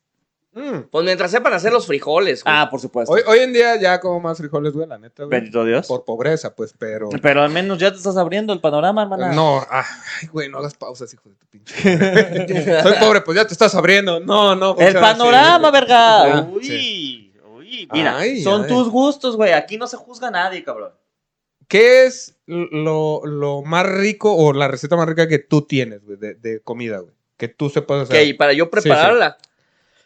Mm.
Pues mientras sepan hacer los frijoles, güey.
Ah, por supuesto.
Hoy, hoy en día ya como más frijoles, güey, la neta, güey.
Bendito Dios.
Por pobreza, pues,
(laughs)
pero.
Pero al menos ya te estás abriendo el panorama, hermana.
No, ah, ay, güey, no hagas pausas, hijo de tu pinche. madre. (laughs) Soy pobre, pues ya te estás abriendo. No, no.
El
funciona así,
panorama,
güey.
verga.
Ah,
Uy, uy. Mira,
Ay,
son
ay.
tus gustos, güey. Aquí no se juzga a nadie, cabrón.
¿Qué es lo, lo más rico o la receta más rica que tú tienes, güey, de, de comida, güey? Que tú sepas hacer.
Que y para yo
sí, sí.
prepararla.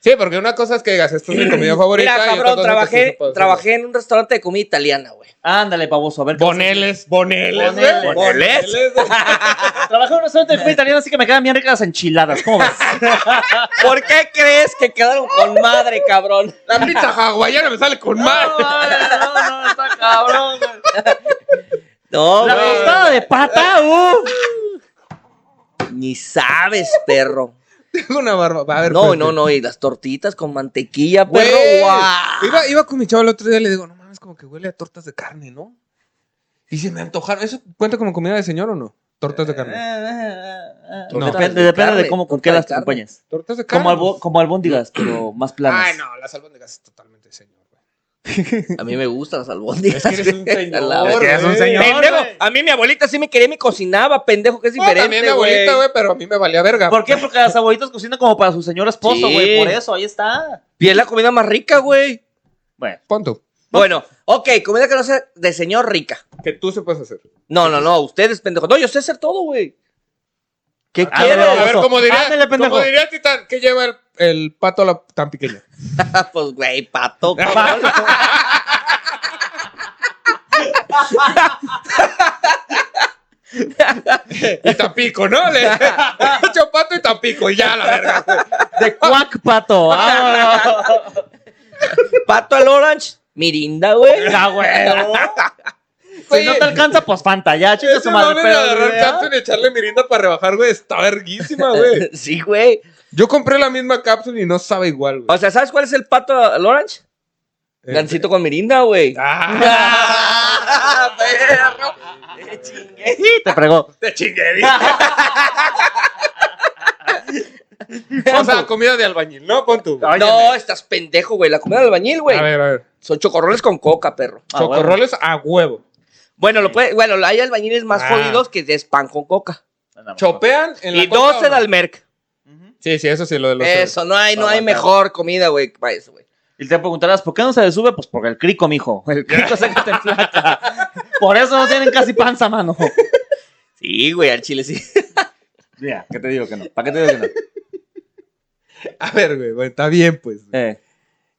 Sí, porque una cosa es que digas, esto es mi comida favorita.
Mira,
y otra
cabrón,
cosa es que sí
trabajé,
sepas hacer.
trabajé en un restaurante de comida italiana, güey.
Ándale, baboso, a ver. qué
Boneles, boneles, güey.
Boneles. vas a- Trabajé en un restaurante de comida italiana, así que me quedan bien ricas las enchiladas. ¿Cómo
(laughs)
ves?
¿Por qué crees que quedaron con madre, cabrón?
La pizza hawaiana me sale con mal.
no, no, está cabrón, güey.
No,
La
güey.
tostada de pata, uh.
Ni sabes, perro.
(laughs) Tengo una barba. va, A ver,
No,
pues,
no,
güey.
no. Y las tortitas con mantequilla,
Güey,
perro. guau.
iba, iba con mi chavo el otro día y le digo, no mames, como que huele a tortas de carne, ¿no? Y se me antojaron. ¿Eso cuenta como comida de señor o no? Tortas de carne. No.
Depende, depende de
Carne,
cómo, con
torta
qué
de
las
carne.
acompañes.
Tortas de carne.
Como, albo- como albóndigas, pero más planas.
Ay, no, las albóndigas es totalmente de señor, güey.
A mí me gustan
(laughs)
las
Es
albóndigas.
que eres un
güey,
señor,
a (laughs) la verga.
güey.
eres un señor.
Pendejo,
güey.
a mí mi abuelita sí me quería y me cocinaba, pendejo, que es
Bueno,
diferente.
también mi abuelita, güey, pero a mí me valía verga.
¿Por qué? Porque las abuelitas cocinan como para su señor esposo,
Sí.
güey. Por eso, ahí está.
Y es la comida más rica, güey.
Bueno,
Pon tú.
Bueno, ok, comida que no sea de señor rica.
Que tú sepas hacer.
No, no, no, ustedes, pendejo. No, yo sé hacer todo, güey. (laughs) ¿Qué
Ah,
A ver,
Quiero,
a ver,
oso.
como diría,
Ándale, pendejo.
como diría Titán, ¿qué lleva el, el pato a la tan pequeña?
quieres? pues,
(laughs)
güey, pato. cabrón.
pato.
Y Tampico, ¿no? Le he hecho pato y Tampico, y ya, la verga. güey.
de cuac, (laughs) pato. Vámonos.
pato al orange, mirinda, güey.
(laughs)
Ya, güey. Si no te alcanza, pues Fanta, ya, chica
Ese
su madre.
mames de
pero,
agarrar
¿verdad?
cápsula y echarle mirinda para rebajar, güey, está verguísima, güey.
(laughs) sí, güey.
Yo compré la misma cápsula y no sabe igual,
O
güey.
sea, ¿sabes cuál es el pato al orange?
Eh,
Gancito con mirinda, güey.
Ah,
Ah, perro. Te chingué.
Sí, te fregó.
te chingué, dije. O sea, comida de albañil, ¿no? Pon tú. güey.
No, estás pendejo, güey. La comida del albañil, güey. Ah,
A ver, a ver.
Son chocorroles con coca, perro.
Ah, bueno.
Chocorroles a huevo.
Bueno, lo puede, bueno, hay albañiles más
Ah.
jodidos que es pan con coca.
Chopean en la
Ah, Y
coca,
12
¿o no?
de almerc.
Ujú.
Sí, sí, eso sí, lo de los
Eso, no hay, no
Ah,
hay
bueno.
mejor comida, güey, para eso, güey.
Y te preguntarás, ¿por qué no se le sube? Pues porque el crico, mijo. El crico se que te enflaca. Por eso no tienen casi panza, mano.
Sí, güey, al chile sí.
Mira, ¿qué te digo que no? ¿Para qué te digo que no?
A ver, güey, bueno, está bien, pues.
Eh.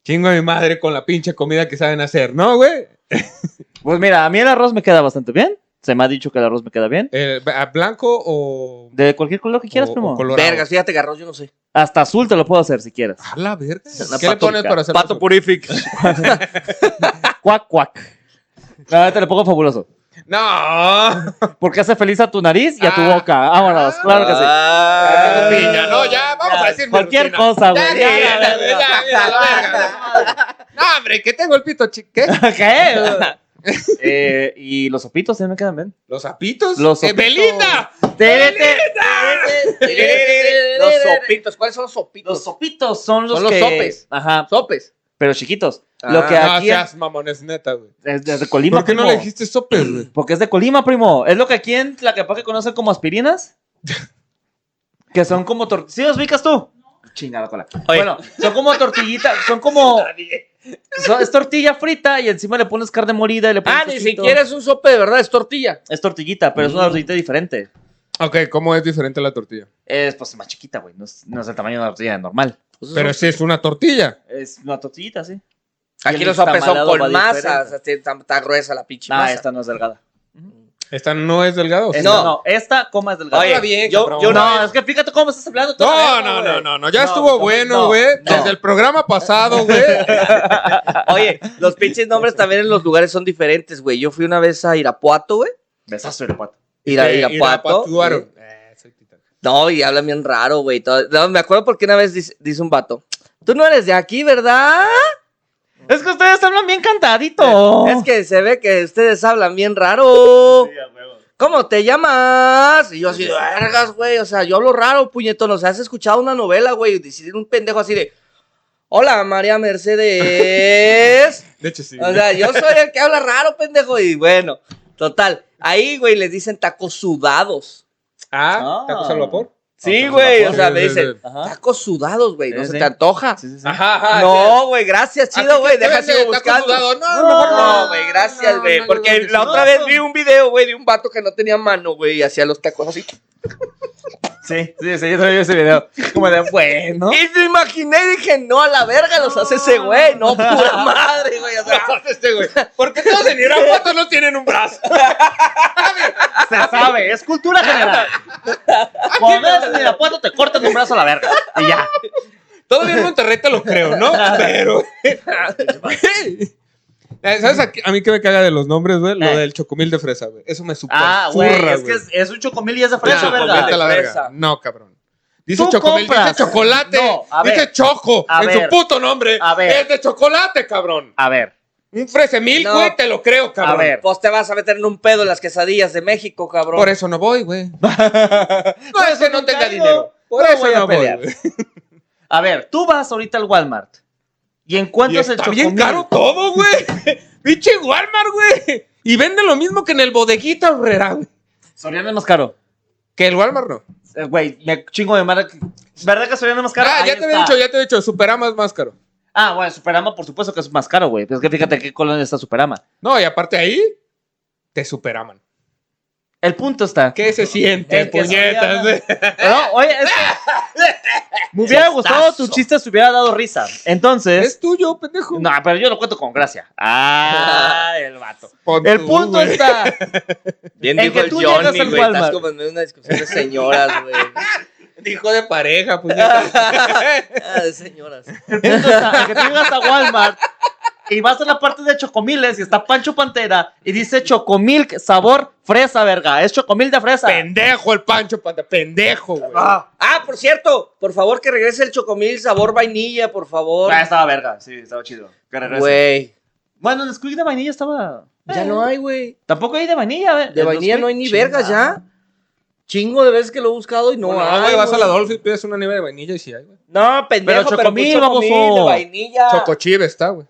Chingo a mi madre con la pinche comida que saben hacer, ¿no, güey?
Pues mira, a mí el arroz me queda bastante bien. Se me ha dicho que el arroz me queda bien.
Eh, ¿a ¿Blanco o,
De cualquier color que quieras,
o- o
primo.
colorado?
Vergas, fíjate que arroz, yo no sé.
Hasta azul te lo puedo hacer si quieres.
A la verga.
Una
¿Qué le
pato-
pones para hacer
Pato
(laughs)
eso?
purific.
Cuac, cuac. La te lo pongo fabuloso.
No.
Porque hace feliz a tu nariz y a tu
Ah.
boca. Vámonos, claro que sí.
Ah.
Piña, no, ya, vamos a decir mi
Cualquier
rutina.
cosa, güey. Ya,
Ya, ya,
la
ya, ya, ya, la verga. No, hombre, que tengo el pito chique.
(laughs) ¿Qué? Eh, y los sopitos también me quedan bien.
Los zapitos.
Los
¡Eh,
zapitos.
¡Belinda!
Los sopitos, ¿cuáles son
Los
los sopitos?
sopitos son los
Son los
que-
sopes.
Ajá,
Sopes.
pero chiquitos.
Ah.
Lo que
No
aquí
seas mamones, neta, güey.
es desde Colima,
¿Por qué no
primo.
le dijiste sopes,
(clears throat)
güey?
Porque es de Colima, primo. Es lo que aquí en Tlaquepaque conocen como (laughs) aspirinas. que son como tortillas. ¿Sí los ubicas tú? Chingada cola.
Oye.
Bueno, son como tortillitas, son (laughs) como. son- es tortilla frita y encima le pones carne molida y le pones.
Ah, ni
chocito.
siquiera es un sope de verdad, es tortilla.
Es tortillita, pero es una
Mm.
tortillita diferente.
Ok, ¿cómo es diferente la tortilla?
Es pues más chiquita, güey. No es, no es el tamaño de una tortilla normal.
Pues
Pero si es una tortilla.
Es una tortillita, sí.
Aquí
el
los sopes son
tamalado
con
va
masa,
diferente.
o sea, está, está gruesa la pinche
Ah,
masa.
esta no es delgada.
Esta no es delgado. ¿sí?
Esta no. esta coma es delgada.
Oye, Habla bien,
yo,
cabrón.
yo no,
Oye.
es que fíjate cómo estás hablando. tú
No,
también,
no,
güey.
no, no, no, ya
No,
estuvo
no,
bueno,
no,
güey.
no.
Desde el programa pasado, güey.
Oye, los pinches nombres también en los lugares son diferentes, güey. Yo fui una vez a Irapuato, güey.
Besazo, Irapuato.
Ira-
Eh,
Irapuato.
Irapuatuaro. Eh, soy titán.
No, y hablan bien raro, güey. todo. No, me acuerdo porque una vez dice, dice un vato, tú no eres de aquí, ¿verdad?
Es que ustedes hablan bien cantadito.
Es que se ve que ustedes hablan bien raro.
Sí, a huevo.
¿Cómo te llamas? Y yo así, vergas, güey. O sea, yo hablo raro, puñetón. O sea, has escuchado una novela, güey. Y decir un pendejo así de, hola,
(laughs)
María Mercedes.
De hecho, sí.
O sea, yo soy el que habla raro, pendejo. Y bueno, total. Ahí, güey, les dicen tacos sudados.
Ah,
Ah.
tacos al vapor.
Sí,
Ah,
güey. O
tacos
sea,
al vapor.
me
Sí, sí,
dicen,
sí.
Ajá.
tacos sudados, güey. No
Sí,
se
sí.
te antoja.
Sí, sí, sí.
Ajá, ajá. Ah, sí.
No, güey, gracias,
¿A ti
chido,
qué
güey.
te
Deja
vende
sigo
tacos
buscando.
sudados? No,
No,
mejor no.
güey, gracias,
No,
güey.
no,
porque
no, no,
la
no.
otra vez vi un video, güey, de un vato que no tenía mano, güey, y hacía los tacos así.
Sí, sí, sí, yo también vi ese video. Como de, bueno.
Y te imaginé, dije, no, a la verga los hace ese güey.
(laughs)
No, pura madre, güey. O sea,
Este, güey. Porque todos en Irapuato no tienen un brazo.
(laughs) Se sabe, es cultura general. Cuando eres en Irapuato te cortas un brazo a la verga. Y ya.
Todavía en Monterrey te lo
(laughs)
creo, ¿no? Pero. (laughs) güey. Eh, ¿Sabes a, qué- a mí que me caga de los nombres, güey? Lo
Eh.
del chocomil de fresa, güey. Eso me super
Ah, güey, es que es, es un chocomil y es de fresa,
no,
verga.
vete a la
De
verga.
fresa.
No, cabrón. Dice
Tú
chocomil, dice
compras.
chocolate.
No, a ver.
dice choco.
A
en su
ver.
puto nombre.
A ver.
Es de chocolate, cabrón.
A ver,
Un fresemil,
No.
güey, te lo creo, cabrón.
a ver.
pues te vas a meter en un pedo en las quesadillas de México, cabrón.
Por eso no voy,
(laughs)
güey. no es que no tenga
caigo.
dinero. Por
No
eso
voy a
no voy,
pelear.
güey.
A ver, tú vas ahorita al Walmart y
Y
encuentras el
está
chocomil.
bien caro todo, güey. (laughs) Pinche Walmart, güey. Y venden lo mismo que en el bodeguita horrera, güey.
Soriana es más caro.
Que el Walmart no.
Eh, Güey, me chingo de madre. ¿Verdad que Soriana es más caro?
ah,
Ahí
ya te había
está.
dicho, ya te había dicho, Superama es más caro.
Ah, bueno, Superama, por supuesto que es más caro, güey. Es que fíjate qué colonia está Superama.
No, y aparte ahí, te superaman.
El punto
(laughs)
está.
¿Qué se siente,
Es que
puñetas?
Soriana- No, oye, es que. Me hubiera gustado tu chiste, se hubiera dado risa. Entonces.
(laughs) Es tuyo, pendejo.
No, pero yo lo cuento con gracia. Ah, el vato.
Pon
El
tú,
punto
güey. (laughs)
está.
Bien
En que tú llegas al
güey. Estás
Walmart.
como en medio de una discusión de señoras, güey.
Hijo de pareja,
(laughs)
puñetas.
Ah, de señoras.
El punto está en que tú llegas a Walmart y vas a la parte de chocomiles y está Pancho Pantera y dice chocomil sabor fresa, verga. Es chocomil de fresa.
pendejo el Pancho Panda, pendejo, güey.
Ah, por cierto, por favor que regrese el chocomil sabor vainilla, por favor.
Ah, estaba verga, sí, estaba chido. Que regrese.
Güey.
Bueno, el squeak de vainilla estaba. eh,
Ya no hay, güey.
Tampoco hay de vainilla, ver-
De
el
vainilla
Nesquik,
no hay ni
chingada.
vergas ya. Chingo de veces que lo he buscado y no
No,
hay.
güey, vas a la
güey.
Dolphin, pides una nieve de vainilla y si hay, güey.
No, pendejo, pero
chocomil,
chocomil, pero
baboso.
chocomil de vainilla.
Chocochive está, güey.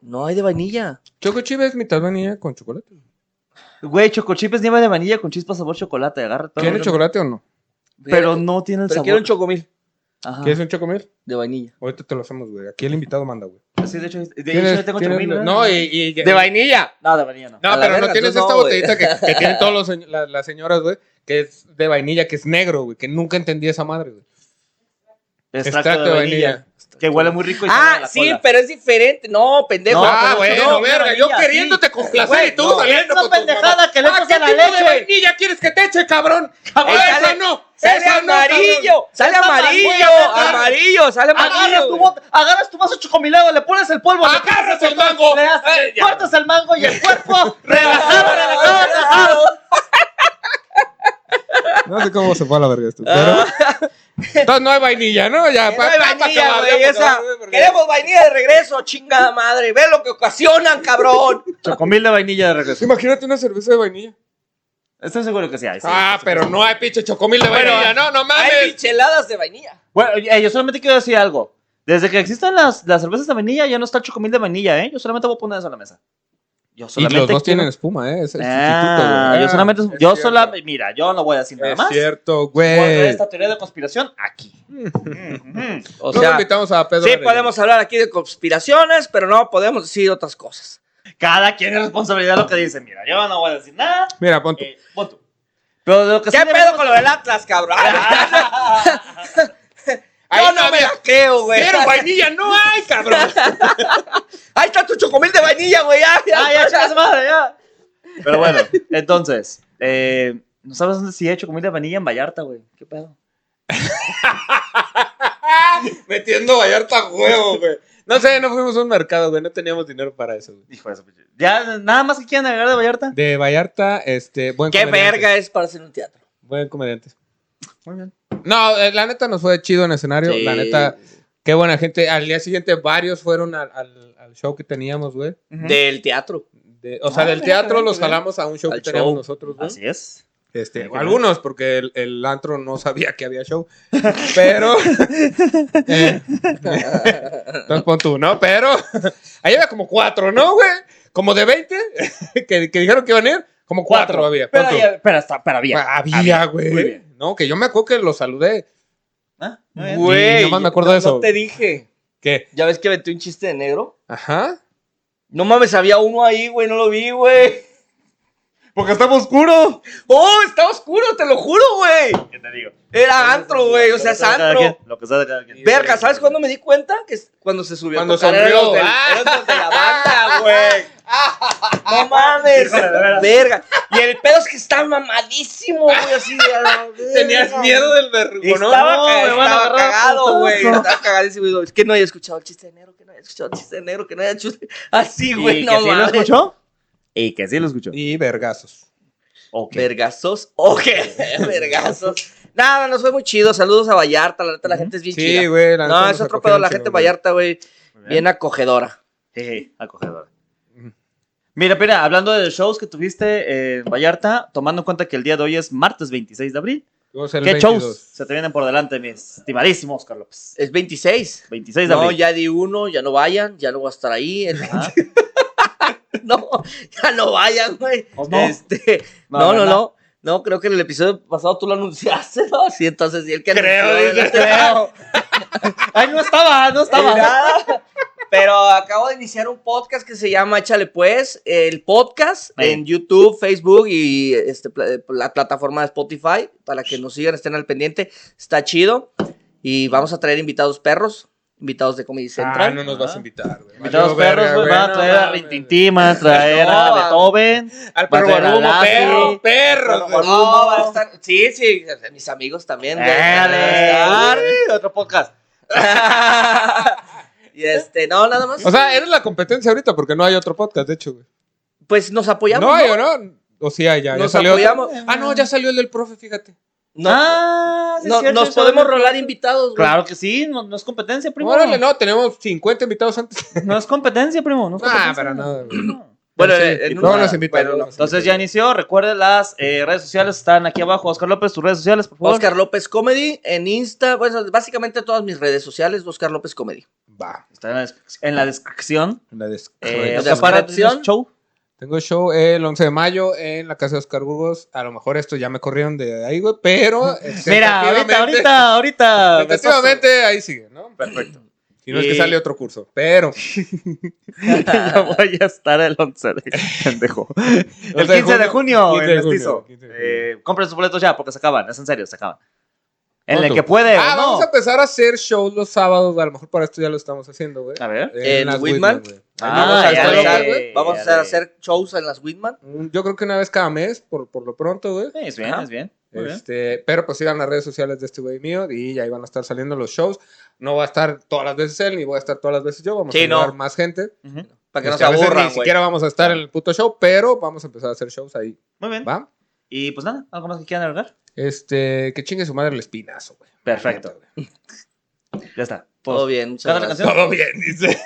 no hay de vainilla.
Chocochive es mitad vainilla con chocolate.
Güey, chocochip es nieve de vainilla con chispa sabor chocolate. Agarra todo.
¿Tiene chocolate o no?
Pero no tiene el
Pero
sabor.
quiero un chocomil
Ajá.
¿Quieres un chocomil?
de vainilla.
Ahorita te lo hacemos, güey. Aquí el invitado manda, güey.
Sí, de hecho, de hecho,
¿Tienes-
yo tengo
tienes-
chocomil.
No, y, y-
De vainilla.
No, de vainilla no.
No,
A la
pero no
verga,
tienes
entonces
esta
no, güey.
botellita
(laughs)
que, que tienen todas las señoras, güey, que es de vainilla, que es negro, güey, que nunca entendí esa madre, güey.
Extracto, de vainilla. (laughs) Que huele muy rico. Y sabe a
Ah,
la
sí,
cola.
pero es diferente. No, pendejo.
No, pero
ah, bueno,
no,
verga,
vainilla,
yo
sí.
queriéndote complacer y tú
no.
saliendo
Esa
con tus
pendejada
mamadas.
que le
Ah,
echas
¿qué
a la
tipo de
leche?
vainilla quieres que te eche, cabrón?
Cabrón,
¡Esa
sale-
no!
Sale
¡Esa no,
amarillo, sale
Esa
amarillo,
amarilla, ¿verdad?
amarillo, sale
Agarras
amarillo.
tu,
güey.
bot- agarras tu vaso chocomilado, le pones el polvo, le
Agarras
cortas
el mango.
le das-
Eh,
(laughs)
ya.
cortas el mango y el
(laughs)
cuerpo rebajado, rebajado,
Ah,
rebajado.
cabrón! No sé cómo se fue a la verga esto. Pero... Ah. Entonces no hay vainilla,
(laughs)
¿no? Ya,
Que
pa-
no hay
pa- pa-
vainilla,
acabar,
güey,
ya, pa-
esa.
acabar, güey, porque-
Queremos vainilla de regreso, chingada madre. Ve lo que ocasionan, cabrón.
Chocomil de vainilla de regreso.
Imagínate una cerveza de vainilla.
Estoy seguro que sí hay. sí.
ah, pero no hay pinche chocomil de vainilla, no, no
Hay
mames.
micheladas de vainilla.
Bueno, eh, yo solamente quiero decir algo. Desde que existen las, las cervezas de vainilla, ya no está el chocomil de vainilla, ¿eh? Yo solamente voy a poner eso en la mesa. Yo solamente quiero-
espuma, ¿eh? Es el
Ah, yo solamente. yo solamente. Mira, yo no voy a decir nada
Es
más.
cierto,
Voy a traer
güey.
esta teoría de conspiración
(laughs)
aquí. Mm, mm.
O
Luego
sea,
invitamos a Pedro.
sí
Arellano.
podemos hablar aquí de conspiraciones, pero no podemos decir otras cosas.
Cada quien es responsabilidad de lo que dice. Mira, yo no voy a decir nada.
Mira, pon tú.
Eh, pon tú. Pero de lo que
¿Qué
sí
pedo
debemos-
con lo del Atlas, cabrón?
(laughs) Ahí
Yo
no
no me
había-
la creo, güey.
Pero vainilla no hay,
(laughs)
cabrón.
Ahí está tu chocomil de vainilla, güey. ya, ya.
Ah,
Ah, ya, chicas, madre, ya.
Pero bueno, entonces, eh, ¿no sabes dónde sí he hecho comida de vainilla en Vallarta, güey? ¿Qué pedo?
Metiendo Vallarta a huevo, güey. No sé, no fuimos a un mercado, güey. No teníamos dinero para eso, güey.
Hijo de su pinche- Ya, nada más que quieran agregar de Vallarta.
De Vallarta, este, buen
¿Qué
comediante.
verga es para hacer un teatro?
Buen comediante.
Muy bien.
No, eh, la neta nos fue chido en escenario.
Sí.
La neta, qué buena gente. Al día siguiente varios fueron al, al- al show que teníamos, güey.
Del teatro.
De- o
Ah,
sea, del teatro
pues, ¿eh?
los jalamos a un show
Al
que teníamos
show. Ah,
nosotros, güey.
Así es.
Este,
Hay que
algunos, porque el, el antro no sabía que había show.
(laughs)
Pero. eh, entonces pon tú, ¿no? Pero. Ahí había como cuatro, ¿no, güey? Como de 20 (laughs) que, que dijeron que iban a ir. Como cuatro, había. pon
Pero,
tú. Ah,
ya- pero, está- pero había.
había,
Muy
güey.
bien.
No, que yo me acuerdo que lo saludé.
Ah, muy bien.
Güey.
nomás me acuerdo de eso.
No te dije.
Que.
¿Ya ves que aventé un chiste de negro?
Ajá.
No mames, había uno ahí, güey, no lo vi, güey. (laughs)
Porque estaba oscuro.
¡Oh, está oscuro, te lo juro, güey!
¿Qué te digo?
Era antro, güey, o sea,
Lo que
es
sabe cada
antro.
quien, Lo que sabe cada quien.
Verga, ¿sabes cuándo me di cuenta? Que es cuando se subió
Cuando
a tocar. eran los
sonrió.
del- eran los de la
(laughs)
banda, güey. No mames.
Híjole, Ah, de veras.
Verga. Y el pedo es que estaba mamadísimo, güey, así de a la verga,
Tenías miedo del verrugo, ¿no?
Estaba,
No,
ca-
me van a
estaba
agarrar a
cagado, güey.
putazos.
Estaba cagadísimo. digo, Es que no había escuchado el chiste de negro, que no había escuchado el chiste de negro, que no había chiste. Así,
¿Y
güey,
que
no
sí lo
mames.
escuchó? Y que sí lo escuchó.
Y vergazos.
Ok.
Vergazos, oje, (laughs) vergazos. Nada, nos fue muy chido. Saludos a Vallarta, la neta, la gente es bien chida.
Sí, güey. la neta
No,
nos
es otro
acogieron
pedo, la
chingón,
gente de
güey.
Vallarta, güey,
Muy
bien acogedora.
Sí, sí, acogedora.
Ujú.
Mira, mira, hablando de shows que tuviste en Vallarta, tomando en cuenta que el día de hoy es martes 26 de abril,
Fuimos el
¿qué
22.
shows se te vienen por delante, mis estimadísimo Oscar López?
Es 26.
26 de
No,
abril.
ya di uno, ya no vayan, ya no voy a estar ahí.
Ajá.
(laughs) No, ya no vayan, güey.
Pues no.
Este,
No,
no, no, no,
¿verdad?
no. creo que en el episodio pasado tú lo anunciaste, ¿no? Sí, entonces, y el que
Creo, dice,
anunció, ¿no?
creo.
Ay, no estaba, no
Ni
estaba.
nada. Pero acabo de iniciar un podcast que se llama Échale Pues, el podcast
Ey.
en YouTube, Facebook y este, pla- la plataforma de Spotify. Para que nos sigan, estén al pendiente. Está chido. Y vamos a traer invitados perros, invitados de Comedy
Ah,
Central.
no nos vas a invitar, güey.
Invitados
Valió verga,
perros, güey,
güey,
van a
no
traer a
mames.
Rintintín, van a traer a
No, a-
Beethoven.
Al
van a
perro
traer a
Barumo,
Lassie.
perro, perro. güey.
No, van a estar- sí, sí, mis amigos también. güey, van
Dale.
a
Uy, Otro podcast.
estar. (laughs) y este, no, nada más.
O sea, eres la competencia ahorita porque no hay otro podcast, de hecho, güey.
pues nos apoyamos.
No hay, ¿o no? O sí hay, ya, ya
Nos
salió. otro.
apoyamos.
Ah, no, ya salió el del profe, fíjate.
No,
Ah, sí es
no-
cierto,
nos
sí,
podemos
sí.
rolar invitados, güey.
Claro que sí, no, no es competencia, primo.
Órale, no, tenemos 50 invitados antes.
No es competencia, primo. No es
Ah, (laughs)
competencia.
para nada, güey.
No.
Bueno,
Sí,
en
no
una-
nos invitaron.
bueno,
no nos
Entonces ya
invitaron.
inició. Recuerden las eh, redes sociales están aquí abajo. Oscar López, tus redes sociales, por favor.
Oscar López Comedy en Insta, bueno, básicamente todas mis redes sociales, Oscar López Comedy.
Va,
Está en la, descri- en la descripción.
en la
Eh,
descripción.
Oscar, para tu
descripción.
show.
Tengo show el 11 de mayo en la casa de Oscar Burgos. A lo mejor esto ya me corrieron de ahí, güey, pero.
Mira,
tentativamente-
ahorita, ahorita,
Ah,
ahorita.
Tentativamente ahí sigue, ¿no? (clears throat) Perfecto. Si no es
Y-
que sale otro curso, pero.
Ya
(laughs)
(laughs) voy a estar el 11 de pendejo. El
11 de
15 de junio,
15 de
en
junio,
Mestizo.
15 de junio.
Eh, compren sus boletos ya porque se acaban, es en serio, se acaban. En el
Pronto.
que puede.
Ah,
o no.
vamos a empezar a hacer shows los sábados. A lo mejor para esto ya lo estamos haciendo, güey.
A ver.
En
las
Whitman.
güey. Ahí
Ah,
vamos a
ya
estar local,
le-
empezar,
güey.
güey. Vamos
ya
a hacer,
le-
hacer shows en las Whitman.
Un- Yo creo que una vez cada mes, por, por lo pronto, güey.
Sí, Es bien,
Ajá.
es bien. Muy bien.
Este, pero pues sigan las redes sociales de este güey mío y ahí van a estar saliendo los shows. No va a estar todas las veces él, ni voy a estar todas las veces yo. Vamos
Sí,
a llevar
no.
más gente.
Ujú.
Para
Este,
que no
a
se
veces
aburran,
ni
güey.
siquiera vamos a estar en el puto show, pero vamos a empezar a hacer shows ahí.
Muy bien.
¿Va?
Y pues nada, ¿algo más que quieran agregar?
Este, que chingue su madre el espinazo, güey.
Perfecto. Ya está. Pues,
Todo bien, muchas
¿Canta la
gracias.
canción?
Todo bien, (laughs) dice.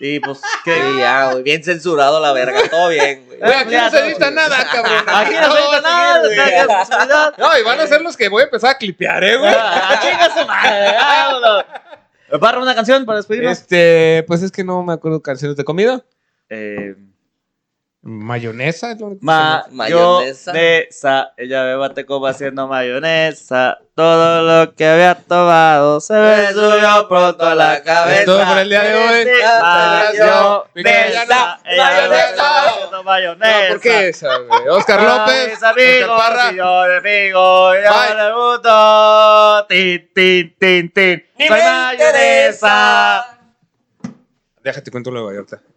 Y (laughs) pues,
Sí,
¿qué?
ya, güey, bien censurado la verga, todo bien, güey.
Ah,
Güey, aquí
ya,
no se
todo
edita
bien.
nada, cabrón.
Aquí no
Todo
se edita
sigue,
nada,
güey.
o sea, que es exclusividad.
No, y van a ser los que voy a empezar a clipear, eh, güey.
Ah, chinga su madre, vámonos. Barra una canción para despedirnos.
Este, pues es que no me acuerdo canciones de comida.
Eh,
Mayonesa es lo único que se me-
Mayonesa.
mayonesa, ella me bate como haciendo mayonesa. Todo lo que había tomado se me subió pronto a la Ah, cabeza.
Es todo por el día de hoy.
Mayonesa,
Mira, ya no.
ella me
Mayonesa.
bate haciendo mayonesa.
No, ¿por qué esa, güey? Oscar
A
López,
Ah, mis
Oscar
amigos
Parra.
y yo de amigo, y ahora el mundo. Tin, tin, tin, tin.
Ni
Soy
me
mayonesa.
interesa.
Déjate cuento lo de Vallarta.